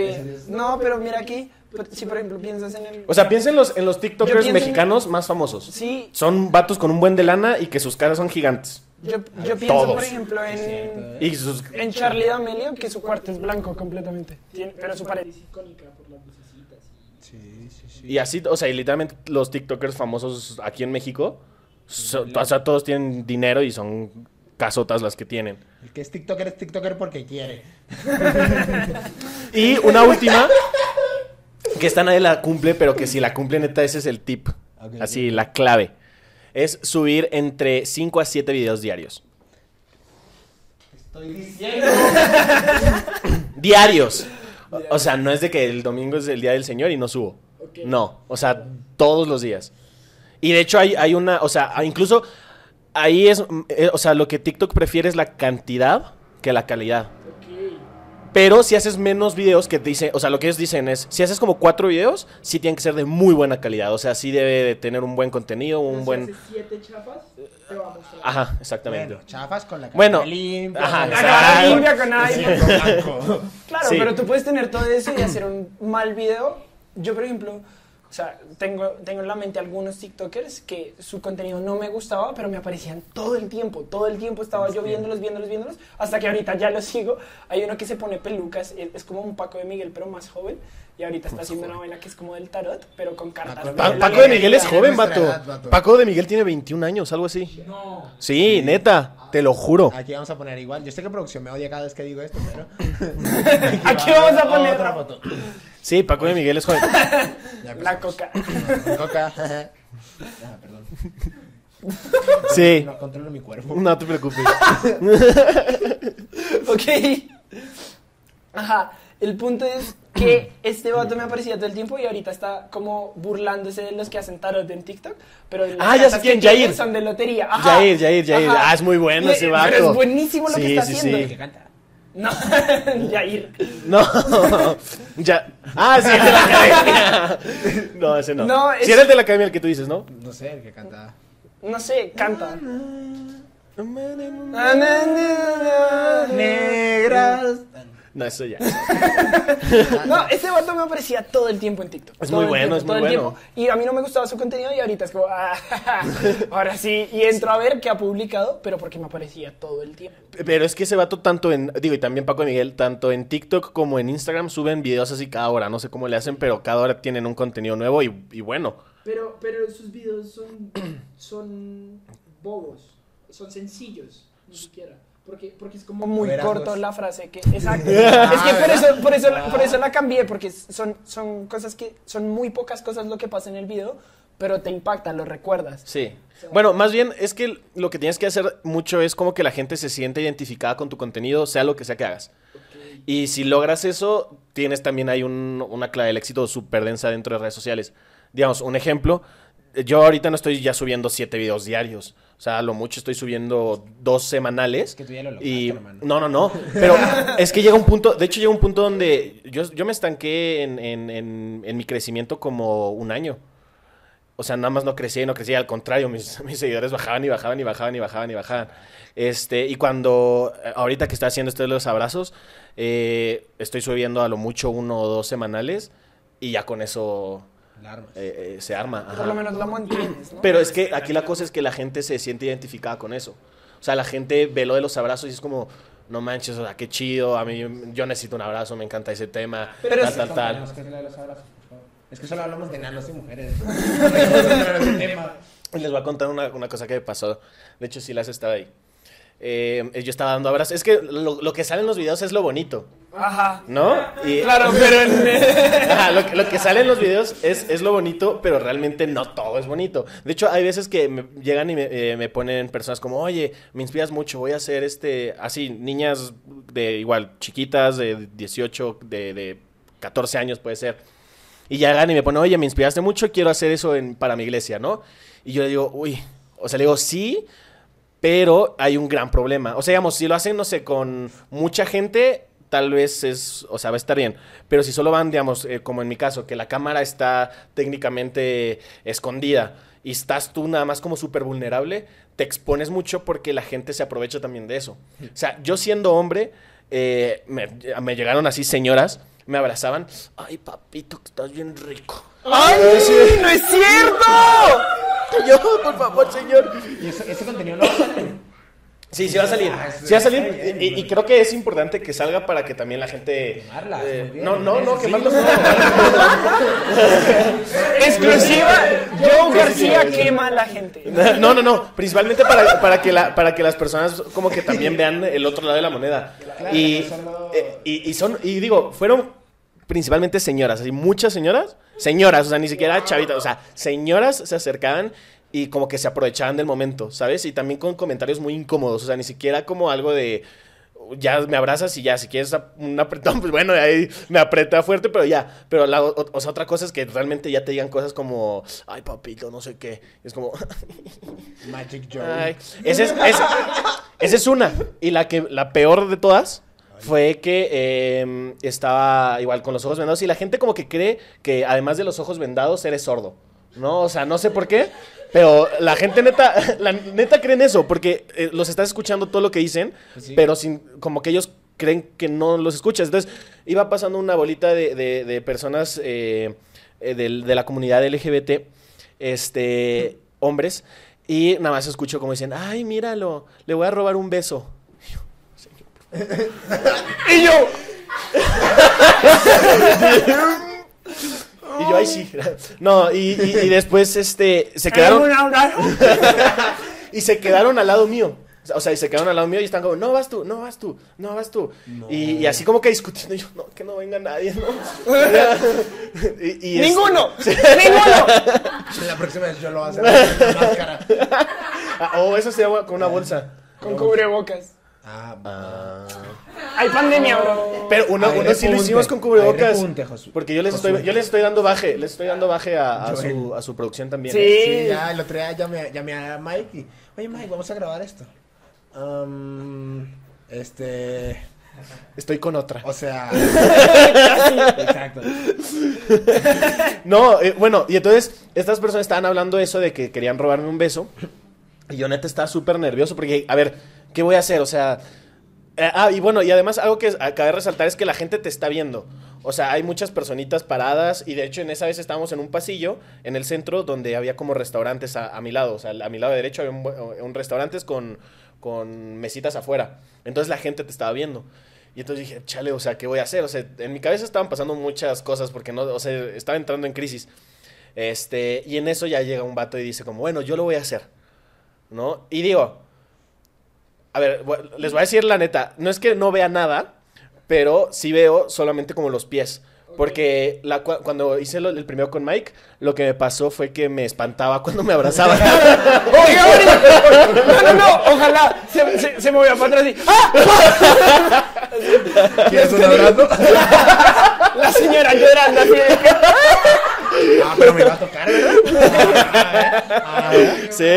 No, pero mira aquí, por- si por ejemplo piensas en el... O sea, piensen en los, en los TikTokers pienso en- mexicanos más famosos. sí, Son vatos con un buen de lana y que sus caras son gigantes. yo, yo pienso por todos. ejemplo en... Y sus... En Charlie D'Amelio, que su cuarto es blanco completamente. Tiene- pero su pared. Es icónica por las lucecitas. y- Sí, sí, sí. Y así, o sea, y literalmente los TikTokers famosos aquí en México, so- o sea, todos tienen dinero y son casotas las que tienen. El que es TikToker es TikToker porque quiere. Y <laughs> una última, que esta nadie la cumple, pero que si la cumple neta, ese es el tip. Ok, Así, la clave. Es subir entre 5 a 7 videos diarios. Estoy diciendo. Diarios. O- O sea, no es de que el domingo es el día del Señor y no subo. No, o sea, todos los días. Y de hecho hay, hay una, o sea, incluso ahí es, mm, eh, o sea, lo que TikTok prefiere es la cantidad que la calidad. Ok. Pero si haces menos videos que te dice, o sea, lo que ellos dicen es, si haces como cuatro videos, sí tienen que ser de muy buena calidad. O sea, sí debe de tener un buen contenido, un Entonces, buen... Si haces siete chafas, te va a mostrar. Ajá, exactamente. Bueno, chafas con la cara Bueno, limpia. ajá, con La el- cara Exacto. limpia con Sí, aire. con blanco. Claro, Sí. pero tú puedes tener todo <clears throat> eso y hacer un mal video. Yo, por ejemplo, o sea, tengo, tengo en la mente algunos TikTokers que su contenido no me gustaba, pero me aparecían todo el tiempo. Todo el tiempo estaba yo viéndolos, viéndolos, viéndolos. Hasta que ahorita ya los sigo. Hay uno que se pone pelucas, es, es como un Paco de Miguel, pero más joven. Y ahorita está haciendo una novela que es como del tarot, pero con cartas. Paco de Pa- Miguel. Ah, Paco de Miguel es Es joven, nuestra vato. edad, vato. Paco de Miguel tiene 21 años, algo así. No. Sí, neta, te lo juro. Aquí vamos a poner igual. Yo sé que producción me odia cada vez que digo esto, pero. Aquí vamos a poner Otra foto. Sí, Paco de Miguel <laughs> es joven. Ya, pues, la coca. Coca. Ah, perdón. Sí, No controlo mi cuerpo. no te preocupes. <laughs> Ok. Ajá. El punto es que <clears throat> este vato me aparecía todo el tiempo y ahorita está como burlándose de los que hacen tarot en TikTok. Pero las Ah, ya sé cartas que quién, tienen Jair. Son de lotería. Ajá. Jair, Jair, Jair. Ajá. Ah, es muy bueno Le- ese vato. Pero es buenísimo lo Sí, que está sí, haciendo. sí. canta. No, <laughs> Jair. No, <laughs> ya. Ah, sí, el de la academia. <laughs> No, ese no. No, es- Si era el de la academia el que tú dices, ¿no? No sé, el que canta. No sé, canta. Negras. No, eso ya. No, este vato me aparecía todo el tiempo en TikTok. Es Todo muy el bueno, tiempo, es todo muy el bueno. tiempo. Y a mí no me gustaba su contenido y ahorita es como, ah, <laughs> ahora sí. Y entro a ver qué ha publicado, pero porque me aparecía todo el tiempo. Pero es que ese vato tanto en, digo, y también Paco de Miguel, tanto en TikTok como en Instagram suben videos así cada hora. No sé cómo le hacen, pero cada hora tienen un contenido nuevo y, y bueno. Pero, pero sus videos son, <coughs> son bobos, son sencillos, ni siquiera. Porque, porque es como Muy Verás, corto pues. la frase <laughs> que exacto. Ah, es que por eso por eso la- por eso la cambié porque son son cosas que son muy pocas cosas lo que pasa en el video, pero te impacta, lo recuerdas. Sí. Bueno, más bien es que lo que tienes que hacer mucho es como que la gente se sienta identificada con tu contenido, sea lo que sea que hagas. Y si logras eso, tienes también ahí un- una clave del éxito súper densa dentro de redes sociales. Digamos, un ejemplo, yo ahorita no estoy ya subiendo siete videos diarios. O sea, a lo mucho estoy subiendo dos semanales. Es que tú ya lo lograste, y... hermano. No, no, no. Pero es que llega un punto, de hecho llega un punto donde yo, yo me estanqué en, en- en- en mi crecimiento como un año. O sea, nada más no crecía y no crecía, al contrario, mis, <laughs> mis seguidores bajaban y bajaban y bajaban y bajaban y bajaban. Este, y cuando, eh, ahorita que está haciendo esto de los abrazos, eh, estoy subiendo a lo mucho uno o dos semanales y ya con eso Alarmas. eh, eh, se arma. Por lo ajá. menos lo mantienes, ¿no? Pero es que aquí la cosa es que la gente se siente identificada con eso. O sea, la gente ve lo de los abrazos y es como, no manches, o sea, qué chido, a mí yo necesito un abrazo, me encanta ese tema, Pero tal, sí, tal, tal. Tenemos que hacerle los abrazos, por favor. Es que solo hablamos de nanos y mujeres. No queremos entrar en ese tema. Y les voy a contar una, una cosa que me pasó. De hecho, Silas estaba ahí. Eh, yo estaba dando abrazos. Es que lo, lo que sale en los videos es lo bonito, Ajá. ¿no? Y, Claro, pero en- Ajá, lo, que- lo que sale en los videos es, es lo bonito, pero realmente no todo es bonito. De hecho, hay veces que me llegan y me, eh, me ponen personas como, oye, me inspiras mucho, voy a hacer este, así, niñas de igual, chiquitas, de 18, de, de 14 años puede ser. Y llegan y me ponen, oye, me inspiraste mucho, quiero hacer eso en- para mi iglesia, ¿no? Y yo le digo, uy, o sea, le digo, sí, pero hay un gran problema. O sea, digamos, si lo hacen, no sé, con mucha gente, tal vez es, o sea, va a estar bien. Pero si solo van, digamos, eh, como en mi caso, que la cámara está técnicamente escondida y estás tú nada más como súper vulnerable, te expones mucho porque la gente se aprovecha también de eso. O sea, yo siendo hombre, eh, me, me llegaron así señoras, me abrazaban, ay papito, que estás bien rico. <laughs> ¡Ay! ¡No es cierto! Yo, por favor, señor. Y ese, ese contenido no va a salir. Sí, sí va a salir. Sí va a salir. Y, y creo que es importante que salga para que también la gente. Quemarlas, eh, muy bien. no, no, no, Sí. quemarlos no. Exclusiva, Joe García quema a la gente. <laughs> No, no, no. Principalmente para, para, que la, para que las personas como que también vean el otro lado de la moneda. Y, eh, y, y son, y digo, fueron principalmente señoras, así muchas señoras, señoras, o sea, ni siquiera chavitas, o sea, señoras se acercaban y como que se aprovechaban del momento, ¿sabes? Y también con comentarios muy incómodos, o sea, ni siquiera como algo de, ya me abrazas y ya, si quieres ap- un apretón, <laughs> pues bueno, ahí me aprieta fuerte, pero ya. Pero la o- o sea, otra cosa es que realmente ya te digan cosas como, ay, papito, no sé qué. Es como, Magic Joe. ay. Esa es, esa- esa es una. Y la, que, la peor de todas fue que eh, estaba igual con los ojos vendados y la gente como que cree que además de los ojos vendados eres sordo. No, o sea, no sé por qué, pero la gente neta, <laughs> la neta creen eso, porque eh, los estás escuchando todo lo que dicen, Sí. pero sin, como que ellos creen que no los escuchas. Entonces, iba pasando una bolita de, de- de personas eh, eh, del- de, la comunidad LGBT, este, hombres, y nada más escucho como dicen, ay, míralo, le voy a robar un beso. Y yo, Y yo, ay, sí. <laughs> No, y, y- y después, este, se quedaron... ¿Algún abrazo? <laughs> Y se quedaron al lado mío. O sea, y se quedaron al lado mío y están como, no vas tú, no vas tú, no vas tú. No. Y, y así como que discutiendo, y yo, no, que no venga nadie, <laughs> ¿no? <laughs> Y- y es- ¡Ninguno! <laughs> ¡Ninguno! La próxima vez yo lo voy a hacer con una máscara. Ah, oh, eso se agua con una bolsa. Con cubrebocas. Ah, Hay pandemia, bro. Pero uno, Hay uno sí lo repunte, hicimos con hay cubrebocas. repunte, Josu- Porque yo les, Josué. estoy, yo les estoy dando baje, les estoy dando baje a, a, Joel. su, a su producción también. Sí. Sí, ya el otro día llamé, llamé a Mike y, oye Mike, vamos a grabar esto. Am, este, Estoy con otra. o <laughs> sea, exacto. No, eh, bueno, y entonces estas personas estaban hablando eso de que querían robarme un beso. Y yo neta estaba súper nervioso porque, a ver, ¿qué voy a hacer? O sea... eh, ah, y bueno, y además algo que acabé de resaltar es que la gente te está viendo. O sea, hay muchas personitas paradas y de hecho en esa vez estábamos en un pasillo en el centro donde había como restaurantes a, a mi lado. O sea, a mi lado derecho había un, bu- un restaurantes con, con mesitas afuera. Entonces la gente te estaba viendo. Y entonces dije, chale, o sea, ¿qué voy a hacer? O sea, en mi cabeza estaban pasando muchas cosas porque no, o sea, estaba entrando en crisis. Este, y en eso ya llega un vato y dice como, bueno, yo lo voy a hacer. ¿No? Y digo, a ver, bu- les voy a decir la neta, no es que no vea nada, pero sí veo solamente como los pies. Porque la, cua- cuando hice lo- el primero con Mike, lo que me pasó fue que me espantaba cuando me abrazaba. Oiga, Bonnie. No, no, no. Ojalá se, se, se movió para atrás y. ¡Ah! ¿Quieres un abrazo? La señora llorando así de que- Ah, pero me va a tocar, ¿verdad? Ah, ¿verdad? sí.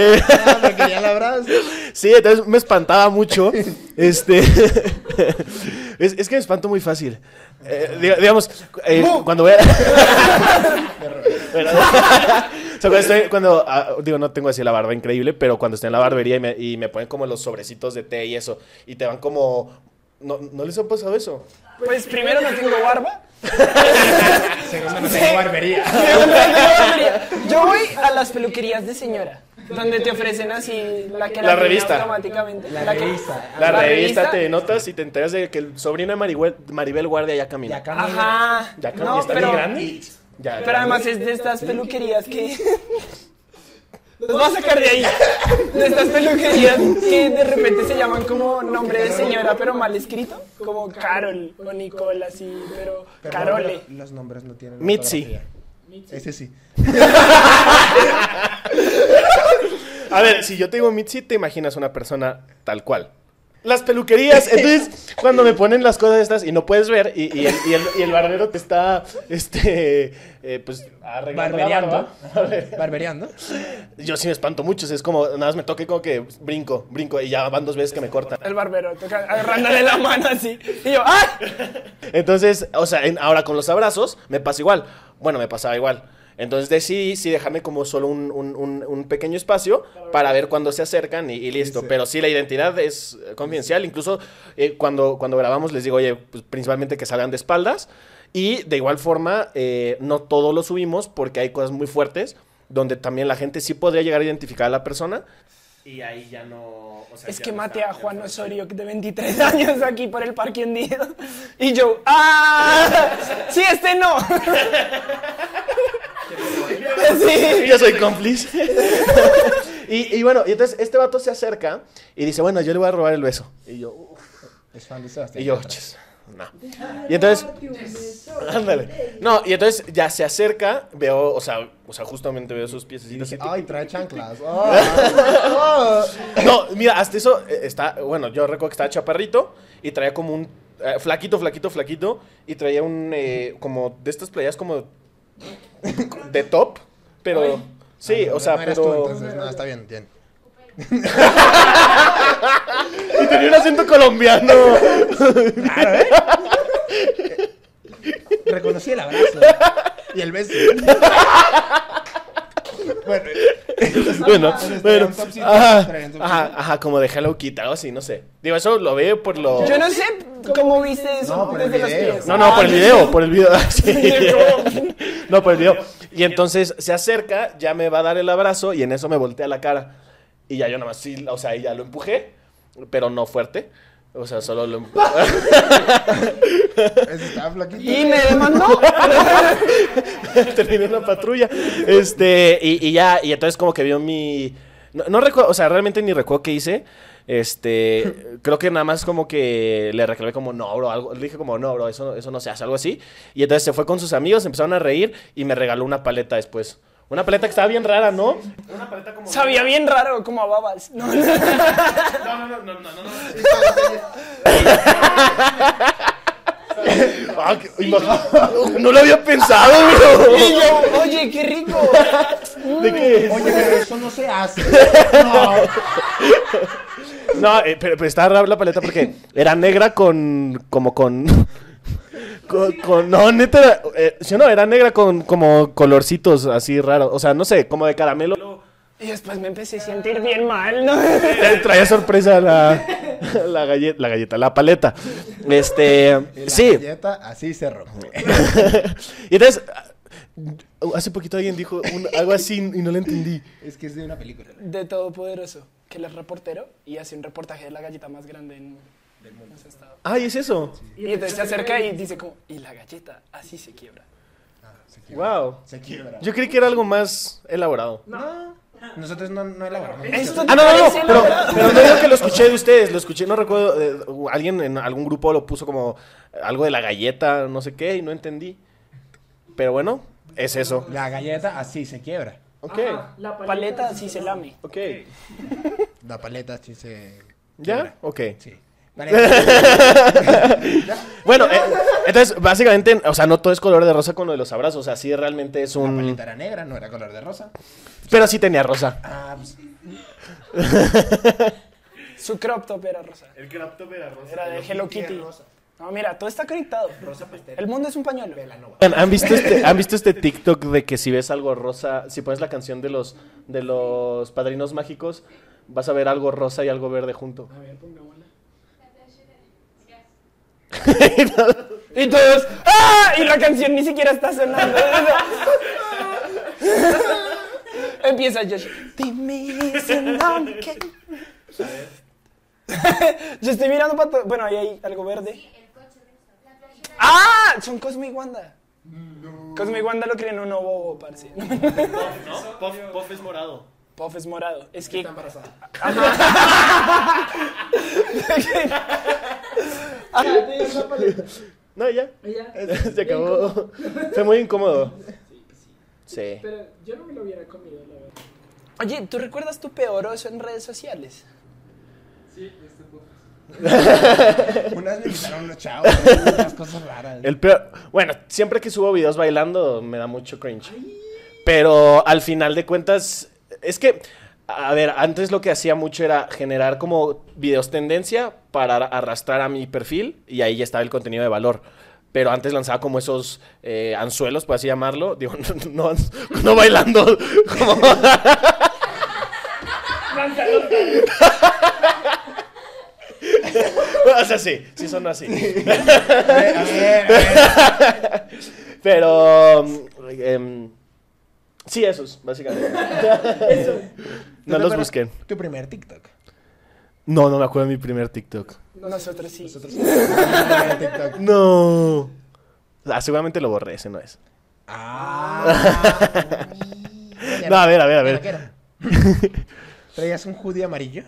Ah, me quería el abrazo. Sí, entonces me espantaba mucho. este. <laughs> es, es que me espanto muy fácil. Eh, diga- digamos, eh, cuando voy a. <laughs> Bueno, o sea, cuando estoy- cuando, ah, digo, no tengo así la barba increíble, pero cuando estoy en la barbería y me, y me ponen como los sobrecitos de té y eso, y te van como. ¿No, ¿no les ha pasado eso? Pues primero no tengo barba. Segundo, no tengo barbería. Segundo, no tengo barbería. Yo voy a las peluquerías de señora. Donde te ofrecen así la que La tiene revista. automáticamente. La que- revista. La, revista, te notas y te enteras de que el sobrino de Maribel, Maribel Guardia ya Y camina. acá Ajá. Ya camina. No, ¿Está bien pero, grande? Ya, pero además es de estas peluquerías que. <laughs> Los vas a sacar de ahí. De estas peluquerías que de repente se llaman como nombre de señora, pero mal escrito. Como Carol o Nicole, así, pero Perdón, Carole. pero Los nombres no tienen. Mitzi. ortografía. Ese sí. A ver, si yo te digo Mitzi, te imaginas una persona tal cual. Las <laughs> peluquerías, entonces, cuando me ponen las cosas estas y no puedes ver, y, y el, y el- y el barbero te está, este, eh, pues, arreglando la Barbereando. barba, a ver, Barbereando. yo sí me espanto mucho, o sea, es como, nada más me toca y como que brinco, brinco, y ya van dos veces que me cortan. El barbero, toca agarrándole la mano así. Y yo, ¡ay! Entonces, o sea, en- ahora con los abrazos me pasa igual. Bueno, me pasaba igual. Entonces decidí sí dejarme como solo un, un- un- un pequeño espacio para ver cuándo se acercan y, y listo. Sí. Pero sí, la identidad es eh, confidencial. Incluso eh, cuando, cuando grabamos les digo, oye, pues, principalmente que salgan de espaldas. Y de igual forma, eh, no todo lo subimos porque hay cosas muy fuertes donde también la gente sí podría llegar a identificar a la persona. Y ahí ya no... Es que maté a Juan Osorio, de 23 años, aquí por el parque hundido. Y yo, ¡ah! ¡Sí, este no! <laughs> Sí. <laughs> yo soy cómplice. <laughs> y, y bueno, y entonces este vato se acerca y dice, bueno, yo le voy a robar el beso. Y yo, Es fan de Sebastián. y yo, Yatra. "Chis". No. Y entonces- <laughs> Darte un beso. Ándale. No, y entonces ya se acerca, veo, o sea, o sea justamente veo sus Y piecitos. dije, ay, trae <laughs> chanclas. Oh, Ah, ah. No, mira, hasta eso eh, está, bueno, yo recuerdo que estaba chaparrito y traía como un eh, flaquito, flaquito, flaquito y traía un eh, como de estas playas como de top, pero sí, Ah, no, o sea, no eras tú, pero entonces, no, está bien, bien. y tenía un <laughs> acento colombiano. <laughs> Reconocí el abrazo <laughs> y el beso. <laughs> bueno, bueno, Entonces, traía bueno, un topsito, ajá, traía un topsito. ajá, ajá, como de Hello Kitty, algo así, no sé. Digo, eso lo veo por lo Yo no sé cómo viste eso No, por el desde los video. pies. No, no, por el video, por el video. <laughs> Sí. ¿cómo? No, por el video. Y entonces se acerca, ya me va a dar el abrazo y en eso me voltea la cara. Y ya yo nada más, sí, o sea, y ya lo empujé, pero no fuerte. O sea, solo lo empujé. ese estaba flaquito. Y me demandó. <laughs> Terminé en la patrulla. Este, y, y ya, y entonces como que vio mi... No, no recuerdo, o sea, realmente ni recuerdo qué hice. <laughs> Este, creo que nada más como que le reclamé como, no, bro, algo, le dije como, no, bro, eso, no- eso no se hace, algo así. Y entonces se fue con sus amigos, empezaron a reír y me regaló una paleta después. Una paleta que estaba bien rara, <laughs> ¿no? Una paleta como... Sabía bien raro como a babas. No, no. No, no, no, no, no, no. Ah, que- imagina- <laughs> no lo había pensado, bro. Y yo, oye, qué rico. ¿De qué es? Oye, pero eso no se hace. No. No, eh, pero, pero estaba rara la paleta porque era negra con. como con. <laughs> con, con- no, neta. era- eh, sí, no, era negra con como colorcitos así raros. O sea, no sé, como de caramelo. Y después me empecé a sentir bien mal, ¿no? Eh, Traía sorpresa la, <laughs> la, galleta, la galleta, la paleta. Este. Y la Sí. galleta así se rompe. y entonces. ah, Hace poquito alguien dijo un- algo así y no lo entendí. Es que es de una película. De Todopoderoso, que él es reportero y hace un reportaje de la galleta más grande en, en su estado. Ay, es eso. Y entonces se acerca y dice como, y la galleta así se quiebra. Se Wow. Se quiebra. Yo creí que era algo más elaborado. Nosotros no, no elaboramos. Esto te Ah, no, no, parece no, pero, elaborado? pero no digo que lo escuché de ustedes, lo escuché, no recuerdo, eh, u- alguien en algún grupo lo puso como eh, algo de la galleta, no sé qué, y no entendí. Pero bueno, es eso. La galleta así se quiebra. Ok, Ajá, la Paleta así se lame. ok. La paleta así se. ¿Ya? Ok. Sí. Paleta. Bueno, eh, entonces, básicamente, o sea, no todo es color de rosa con lo de los abrazos, o sea, sí realmente es <laughs> La un... paleta era negra, no era color de rosa. Pero sí tenía rosa. Ah, pues, Su crop top era rosa. El crop top era rosa. Era de Hello Kitty. No, mira, todo está conectado. Rosa pastel. El mundo es un pañuelo. ¿Han, han visto este, ¿Han visto este TikTok de que si ves algo rosa, si pones la canción de los, de los padrinos mágicos, vas a ver algo rosa y algo verde junto? Y todos, ¡ah! Y la canción ni siquiera está sonando. <laughs> Empieza Josh. Dime ese nombre que- <laughs> Yo estoy mirando para todo. Bueno, ahí hay algo verde. ¡Ah! Son Cosme y Wanda. Cosme y Wanda lo creen uno bobo, parce. ¿No? Puff, Puff es morado. Puff es morado. Es que. embarazada. Ah, No, ya. Ella- <laughs> Se acabó. Fue muy incómodo. Sí. Pero yo no me lo hubiera comido, la verdad. Oye, ¿tú recuerdas tu peor oso en redes sociales? unas me invitaron los <laughs> chavos. Unas cosas raras. El peor. Bueno, siempre que subo videos bailando me da mucho cringe. Pero al final de cuentas, es que, a ver, antes lo que hacía mucho era generar como videos tendencia para arrastrar a mi perfil y ahí ya estaba el contenido de valor. Pero antes lanzaba como esos eh, anzuelos, por así llamarlo. Digo, <laughs> no, no, no bailando. <laughs> Como... <laughs> o sea, sí, sí son así. A ver, a ver, a ver. Pero. mm, em, sí, esos, <laughs> básicamente. No ¿Tú te los acuerdas busquen. Tu primer TikTok. No, no me acuerdo de mi primer TikTok. Nosotros sí. Nosotros. <laughs> Tu primer TikTok. No. Ah, seguramente lo borré, ese no es. Ah. <laughs> No, a ver, a ver, a Ya ver. no quiero. ¿Traías un judío amarillo?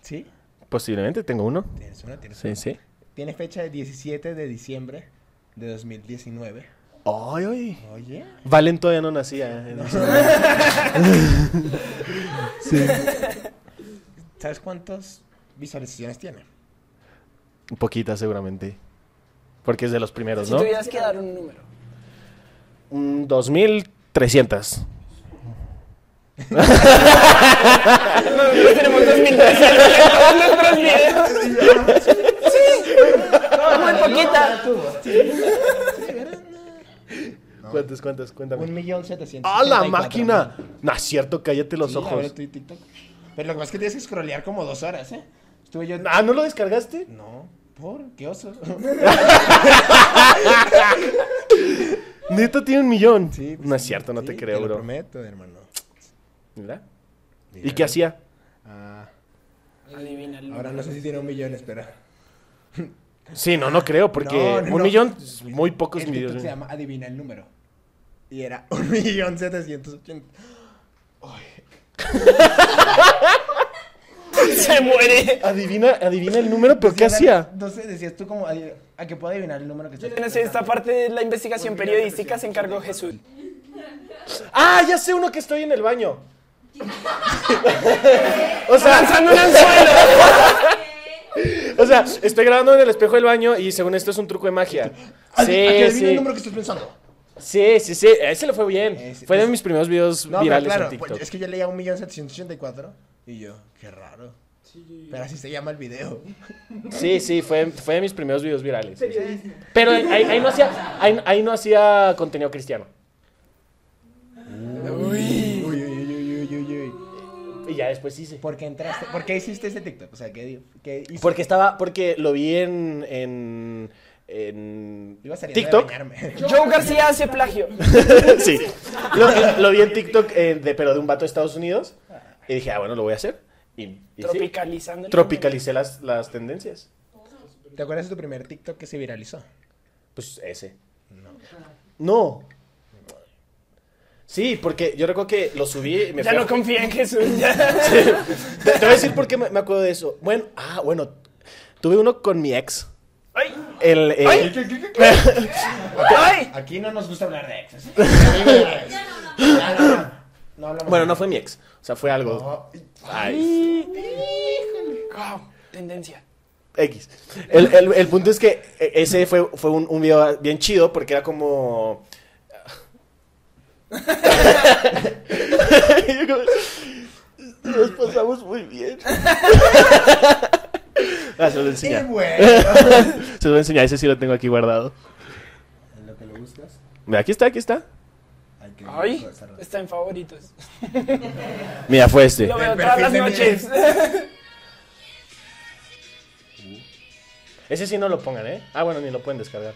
¿Sí? Posiblemente tengo uno. ¿Tienes uno? ¿Tienes Sí, uno? sí. Tiene fecha de 17 de diciembre de 2019. Ay, ay. Oye. Valen todavía no nacía. eh. <laughs> ¿Sabes cuántas visualizaciones tiene? Poquita seguramente. Porque es de los primeros, Si ¿no? tuvieras que dar un número. Mm, 2300. Tenemos 2300 en nuestros videos. Muy poquita. ¿Cuántas, cuántas? Cuéntame. Un millón setecientos. ¡Ah, la máquina! No, es cierto, cállate los Sí, a ver, ojos. tu TikTok. Pero lo que pasa es que tienes que scrollear como dos horas, ¿eh? Estuve yo... Ah, ¿no lo descargaste? No, ¿por? ¿Qué oso? Neta tiene un millón. no es cierto, no te <laughs> Sí, creo, Te lo bro. prometo, hermano. Mira. ¿Y Mira. qué hacía? Ah, Adivina el ahora no sé si tiene un millón, espera. Sí, no, no creo, porque No, no, un no. millón, es muy pocos El TikTok videos. se llama Adivina el número. Y era <laughs> un millón setecientos ochenta. Se muere. Adivina, adivina el número, pero ¿qué Decían- hacía? Entonces decías tú como, "Adi- ¿a que puedo adivinar el número que está? No sé, esta parte de la investigación periodística se encargó Jesús. Ah, ya sé uno que estoy en el baño. <laughs> o sea, ¡Lanzando un anzuelo! <laughs> o sea, estoy grabando en el espejo del baño y según esto es un truco de magia. ¿A que Sí, adivina el sí. número que estás pensando? Sí, sí, sí. A Ese le fue bien. Ese- Fue de ese- mis primeros videos No, pero virales claro, en TikTok. pues, es que yo leía un millón setecientos ochenta y cuatro y yo, qué raro. Pero así se llama el video. Sí, sí, fue, fue de mis primeros videos virales. Periodismo. Pero ahí, ahí no hacía, ahí, ahí no hacía contenido cristiano. Uy, uy, uy, uy, uy, uy, uy. Y ya después hice. ¿Por qué entraste? ¿Por qué hiciste ese TikTok? O sea, ¿qué, di- qué hizo? Porque estaba, porque lo vi en, en, en Iba saliendo de TikTok. bañarme. <laughs> Joe García hace plagio. <laughs> sí. Lo, lo vi en TikTok, eh, de, pero de un vato de Estados Unidos. Y dije, ah, bueno, lo voy a hacer. Y, y sí. Tropicalizando. el tropicalicé las, las tendencias. ¿Te acuerdas de tu primer TikTok que se <laughs> viralizó? Pues ese. No. No. Sí, porque yo recuerdo que lo subí. y Me Ya fui a- no confía en Jesús. ya. te, te voy a decir por qué me, me acuerdo de eso. Bueno, ah, bueno. Tuve uno con mi ex. ¡Ay! El, eh, Ay. ¡Ay! Aquí no nos gusta hablar de exes. Ya, no, no. No hablamos <laughs> bueno, de no exes. fue mi ex. O sea, fue algo. No. Ay, Wow, tendencia. X. El, el- el punto es que eh, ese fue, fue un, un video bien chido porque era como. Yo como, <laughs> Nos pasamos muy bien. Ah, se lo voy a ¡Qué enseñar. <laughs> bueno! Se lo voy a enseñar. Ese sí lo tengo aquí guardado. En lo que lo buscas, Mira, aquí está, aquí está. hay que ¡Ay! desarrollar. Está en favoritos. Mira, fue este. Lo veo El todas las perfil de noches. <laughs> Ese sí no lo pongan, ¿eh? Ah, bueno, ni lo pueden descargar.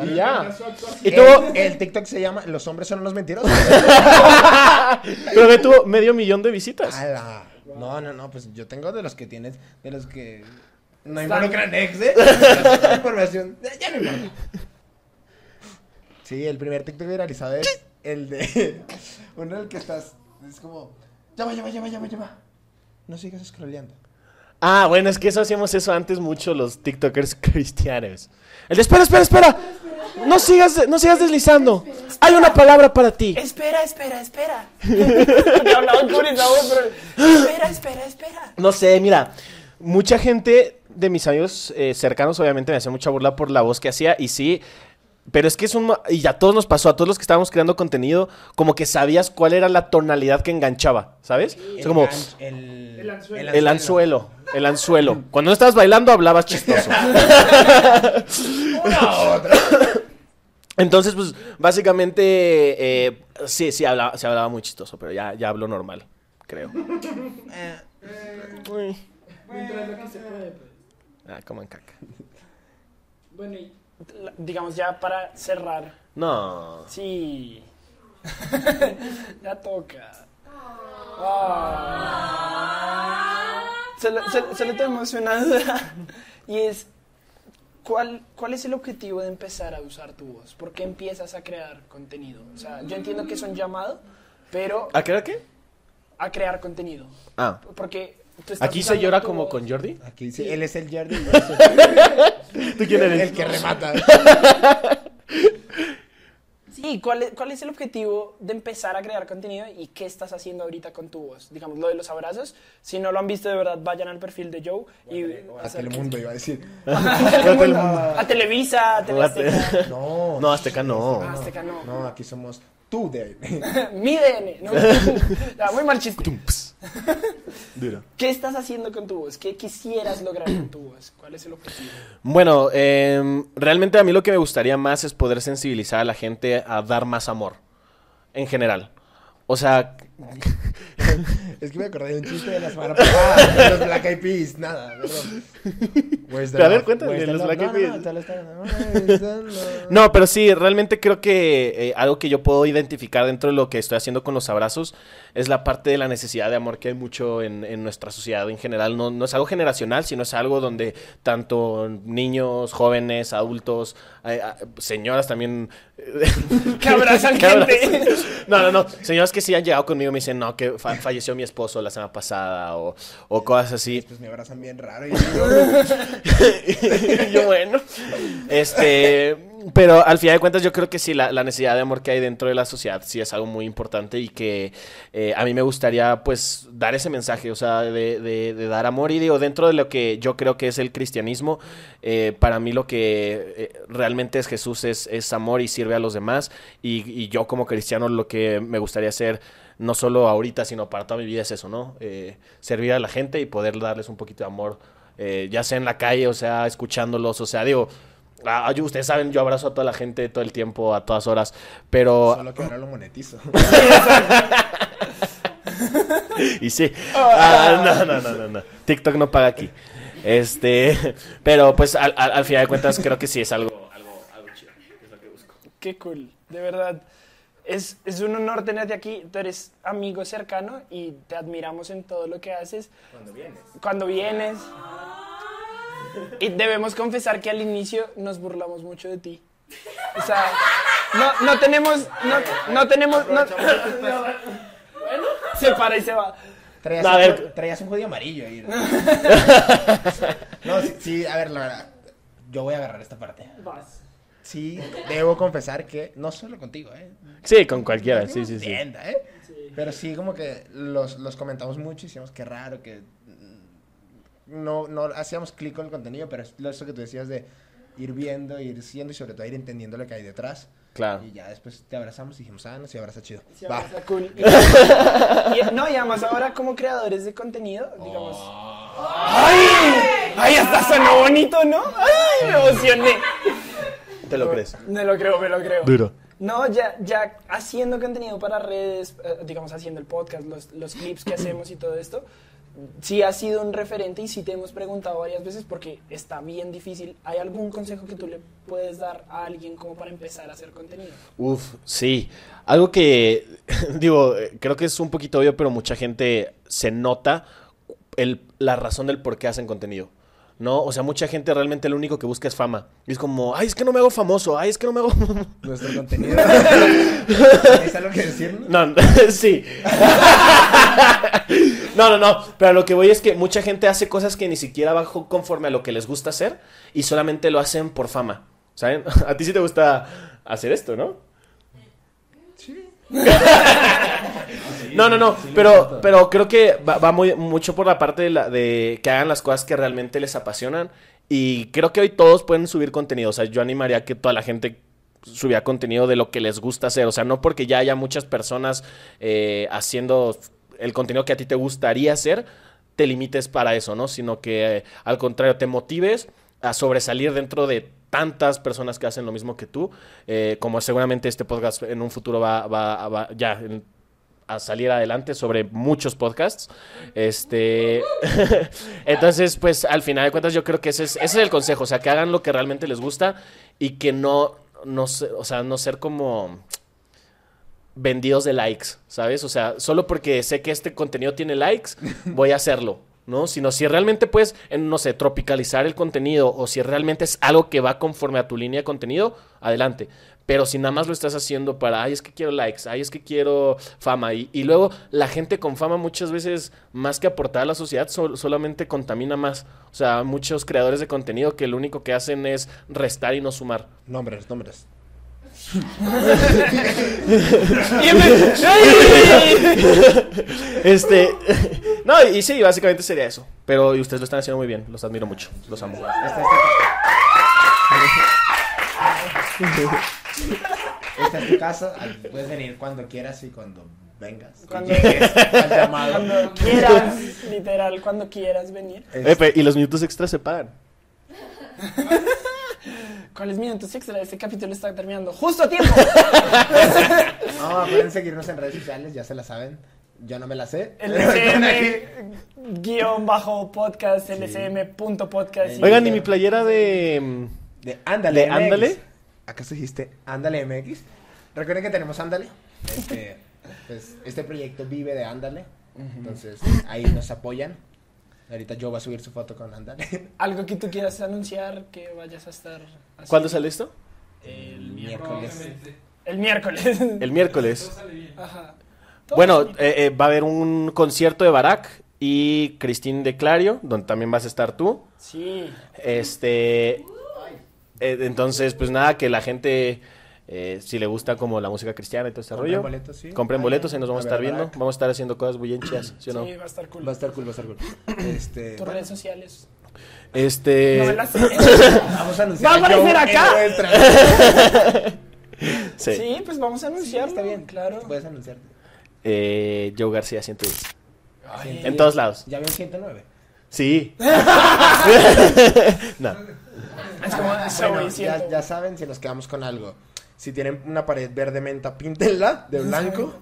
Y ya. Y tuvo, El, el TikTok se llama Los hombres son unos <laughs> mentirosos. pero que tuvo medio millón de visitas. Ala. No, no, no, pues yo tengo de los que tienes, de los que no <laughs> involucran ex, ¿eh? información. Ya, ya no importa. Sí, el primer TikTok viralizado es el de. <laughs> Uno en el que estás. Es como. Ya va, ya va, ya va, ya va, ya va. No sigas scrolleando. Ah, bueno, es que eso hacíamos eso antes mucho los TikTokers <laughs> cristianos. El de espera, espera, espera. No sigas, no sigas deslizando. Hay una palabra para ti. Espera, espera, <laughs> espera. <laughs> Te hablaba con esa voz, pero. Espera, espera, espera. No sé, mira, mucha gente de mis amigos eh, cercanos obviamente me hacía mucha burla por la voz que hacía y sí, pero es que es un... ma- Y a todos nos pasó, a todos los que estábamos creando contenido, como que sabías cuál era la tonalidad que enganchaba, ¿sabes? O sea, como El an- el, El anzuelo. el anzuelo, el anzuelo. Cuando no estabas bailando hablabas chistoso. Entonces, pues, básicamente, eh, sí, sí, hablaba, se hablaba muy chistoso, pero ya, ya hablo normal, creo. Uy. Eh, Mientras lo que se puede, pues. Ah, coman caca. Bueno, y La- Digamos ya para cerrar. No. <laughs> Sí. ya toca. Ah. Solo, solo- solo tenemos una duda. Y es: ¿cuál, ¿cuál es el objetivo de empezar a usar tu voz? ¿Por qué empiezas a crear contenido? O sea, yo entiendo que es un llamado, pero ¿A qué era qué? a crear contenido. Ah. Porque tú estás ¿Aquí se usando llora tu como voz. con <laughs> Jordi? Aquí sí, él es el <laughs> Jordi. ¿Tú quién el eres? que <laughs> remata. Sí, ¿cuál es, ¿cuál es el objetivo de empezar a crear contenido y qué estás haciendo ahorita con tu voz? Digamos, lo de los abrazos. Si no lo han visto de verdad, vayan al perfil de Joe y... A Telemundo iba a decir. <laughs> A Televisa, a Teleazteca. No, No, Azteca no. Ah, Azteca no. No, aquí somos tú de <laughs> Mi DN. ¿no? Ah, Muy mal chiste. Duro. ¿Qué estás haciendo con tu voz? ¿Qué quisieras lograr con tu voz? ¿Cuál es el objetivo? Bueno, em, realmente a mí lo que me gustaría más es poder sensibilizar a la gente a dar más amor. En general. O sea, <laughs> Es que me acordé de un chiste de la semana pasada. de los Black Eyed Peas. Nada, Pues perdón. Where's the A ver, love? cuéntame, Where's the los love? No, no, Black Eyed Peas. no, te lo estaba- no, where's the love? No, pero sí, realmente creo que eh, algo que yo puedo identificar dentro de lo que estoy haciendo con los abrazos es la parte de la necesidad de amor que hay mucho en, en nuestra sociedad en general. No, no es algo generacional, sino es algo donde tanto niños, jóvenes, adultos, eh, ah, señoras también... <laughs> Que abrazan <laughs> que gente. abrazan. No, no, no. Señoras que sí han llegado conmigo y me dicen, no, que fa- falleció mi esposo la semana pasada o, o cosas así. Pues me abrazan bien raro. Y yo, Y <laughs> yo, bueno. Este, pero al final de cuentas yo creo que sí, la, la necesidad de amor que hay dentro de la sociedad sí es algo muy importante y que eh, a mí me gustaría pues dar ese mensaje, o sea, de, de- de dar amor y digo, dentro de lo que yo creo que es el cristianismo, eh, para mí lo que eh, realmente es Jesús es, es amor y sirve a los demás y, y yo como cristiano lo que me gustaría hacer no solo ahorita, sino para toda mi vida es eso, ¿no? Eh, servir a la gente y poder darles un poquito de amor eh, ya sea en la calle, o sea, escuchándolos, o sea, digo, ah, yo- ustedes saben, yo abrazo a toda la gente todo el tiempo, a todas horas, pero... solo que ahora lo monetizo. <laughs> Y sí, Ah, no, no, no, no, no, TikTok no paga aquí. Este, pero pues al, al- al final de cuentas creo que sí es algo... algo- algo chido, es lo que busco. Qué cool, de verdad. Es, es un honor tenerte aquí. Tú eres amigo cercano y te admiramos en todo lo que haces. Cuando vienes. Cuando vienes. Y debemos confesar que al inicio nos burlamos mucho de ti. O sea, no, no tenemos. No, no tenemos. No, se para y se va. Traías, No, a un, ver. jo- traías un judío amarillo ahí. <laughs> ¿no? No, sí, sí, a ver, la verdad. Yo voy a agarrar esta parte. Vas. Sí, debo confesar que no solo contigo, ¿eh? Sí, con cualquiera, sí, sí, sí. Entienda, ¿eh? Pero sí, como que los, los comentamos mucho y decíamos que raro, que mm, no, no hacíamos clic con el contenido, pero es lo- eso que tú decías de ir viendo, ir siendo y sobre todo ir entendiendo lo que hay detrás. Claro. Y ya después te abrazamos y dijimos, ah, no, sí, abraza chido. Se Va. abraza. Cool. Y, y- no, y además ahora como creadores de contenido, digamos. ¡Ay! ¡Ay, hasta Oh. sonó bonito, ¿no? ¡Ay, me emocioné! Te lo crees. Me lo creo, me lo creo. Duro. No, ya, ya haciendo contenido para redes, eh, digamos haciendo el podcast, los, los clips que hacemos y todo esto, sí ha sido un referente y sí te hemos preguntado varias veces porque está bien difícil. ¿Hay algún consejo que tú le puedes dar a alguien como para empezar a hacer contenido? Uf, sí. Algo que, <laughs> digo, eh, creo que es un poquito obvio, pero mucha gente se nota el- la razón del por qué hacen contenido. ¿No? O sea, mucha gente realmente lo único que busca es fama. Y es como, ay, es que no me hago famoso, ay, es que no me hago... <laughs> Nuestro contenido. ¿Tienes algo que decirnos? No, <laughs> no, sí. No, no, no. Pero a lo que voy es que mucha gente hace cosas que ni siquiera van jo- conforme a lo que les gusta hacer y solamente lo hacen por fama. ¿Saben? <laughs> A ti sí te gusta hacer esto, ¿no? <laughs> No, no, no, pero, pero creo que va, va muy, mucho por la parte de, la- de que hagan las cosas que realmente les apasionan y creo que hoy todos pueden subir contenido, o sea, yo animaría a que toda la gente subiera contenido de lo que les gusta hacer, o sea, no porque ya haya muchas personas eh, haciendo el contenido que a ti te gustaría hacer, te limites para eso, ¿no? Sino que eh, al contrario, te motives a sobresalir dentro de tantas personas que hacen lo mismo que tú, eh, como seguramente este podcast en un futuro va, va, va ya... en- a salir adelante sobre muchos podcasts. Este, <laughs> entonces, pues al final de cuentas yo creo que ese es, ese es el consejo, o sea, que hagan lo que realmente les gusta y que no, no, se- o sea, no ser como vendidos de likes, ¿sabes? O sea, solo porque sé que este contenido tiene likes, voy a hacerlo. ¿no? Sino si realmente puedes, en, no sé, tropicalizar el contenido o si realmente es algo que va conforme a tu línea de contenido, adelante. Pero si nada más lo estás haciendo para, ay, es que quiero likes, ay, es que quiero fama. Y, y luego la gente con fama muchas veces, más que aportar a la sociedad, sol- solamente contamina más. O sea, muchos creadores de contenido que lo único que hacen es restar y no sumar. Nombres, nombres. Este, no, y sí, básicamente sería eso. Pero y ustedes lo están haciendo muy bien, los admiro mucho, los amo. Esta es tu casa, al- puedes venir cuando quieras y cuando vengas. Cuando- Al llamado. Cuando quieras, literal, cuando quieras venir. Es- Epe, y los minutos extras se pagan. ¿Cuáles minutos extra? Este capítulo está terminando justo a tiempo. No, pueden seguirnos en redes sociales, ya se la saben. Yo no me la sé. <laughs> LCM guión bajo podcast, LCM punto podcast. Oigan, y mi playera de. mm, De Ándale, ¿De Ándale? MX. ¿Acaso dijiste Ándale MX? Recuerden que tenemos Ándale. Este, pues, este proyecto vive de Ándale. Entonces, ahí nos apoyan. Ahorita yo voy a subir su foto con Ándale. Algo que tú quieras anunciar que vayas a estar. así. ¿Cuándo sale esto? El miércoles. El miércoles. El miércoles. Ajá. Todo Bueno, bonito. eh, eh, va a haber un concierto de Barack y Cristín de Clario, donde también vas a estar tú. Sí. Este. eh, entonces, pues nada, que la gente, eh, si le gusta como la música cristiana y todo este Compren rollo, boletos, sí. compren boletos y nos vamos a A estar ver, viendo. Barack. Vamos a estar haciendo cosas bullenchas, ¿sí o no? Sí, va a estar cool. Va a estar cool, va a estar cool. Este, Tus redes sociales. Este. <laughs> No me <coughs> <coughs> <coughs> las sé. vamos a anunciar. ¡Va a aparecer yo acá! en nuestra- sí. Sí, pues vamos a anunciarlo. Está bien, claro. Puedes anunciarte. Eh, Joe García 110. Ay, En todos lados. Ya veo 109. <laughs> Sí. <laughs> no. es como Ah, un show Ah, Bueno, diciendo. ya, ya saben, si nos quedamos con algo. Si tienen una pared verde menta, píntenla de blanco.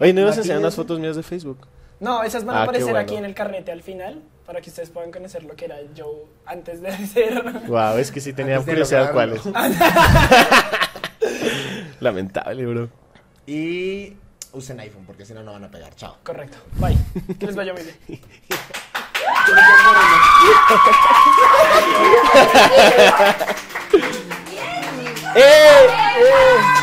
Oye, ¿no ibas a Imagínense. enseñar unas fotos mías de Facebook? No, esas van Ah, a qué aparecer bueno. aquí en el carrete al final para que ustedes puedan conocer lo que era Joe antes de <laughs> ser. Wow, es que sí tenía Antes de curiosidad lograrlo. cuáles. <laughs> Lamentable, bro. Y usen iPhone, porque si no, no van a pegar. Chao. Correcto. Bye. Que les vaya muy bien. ¡Eh! ¡Eh!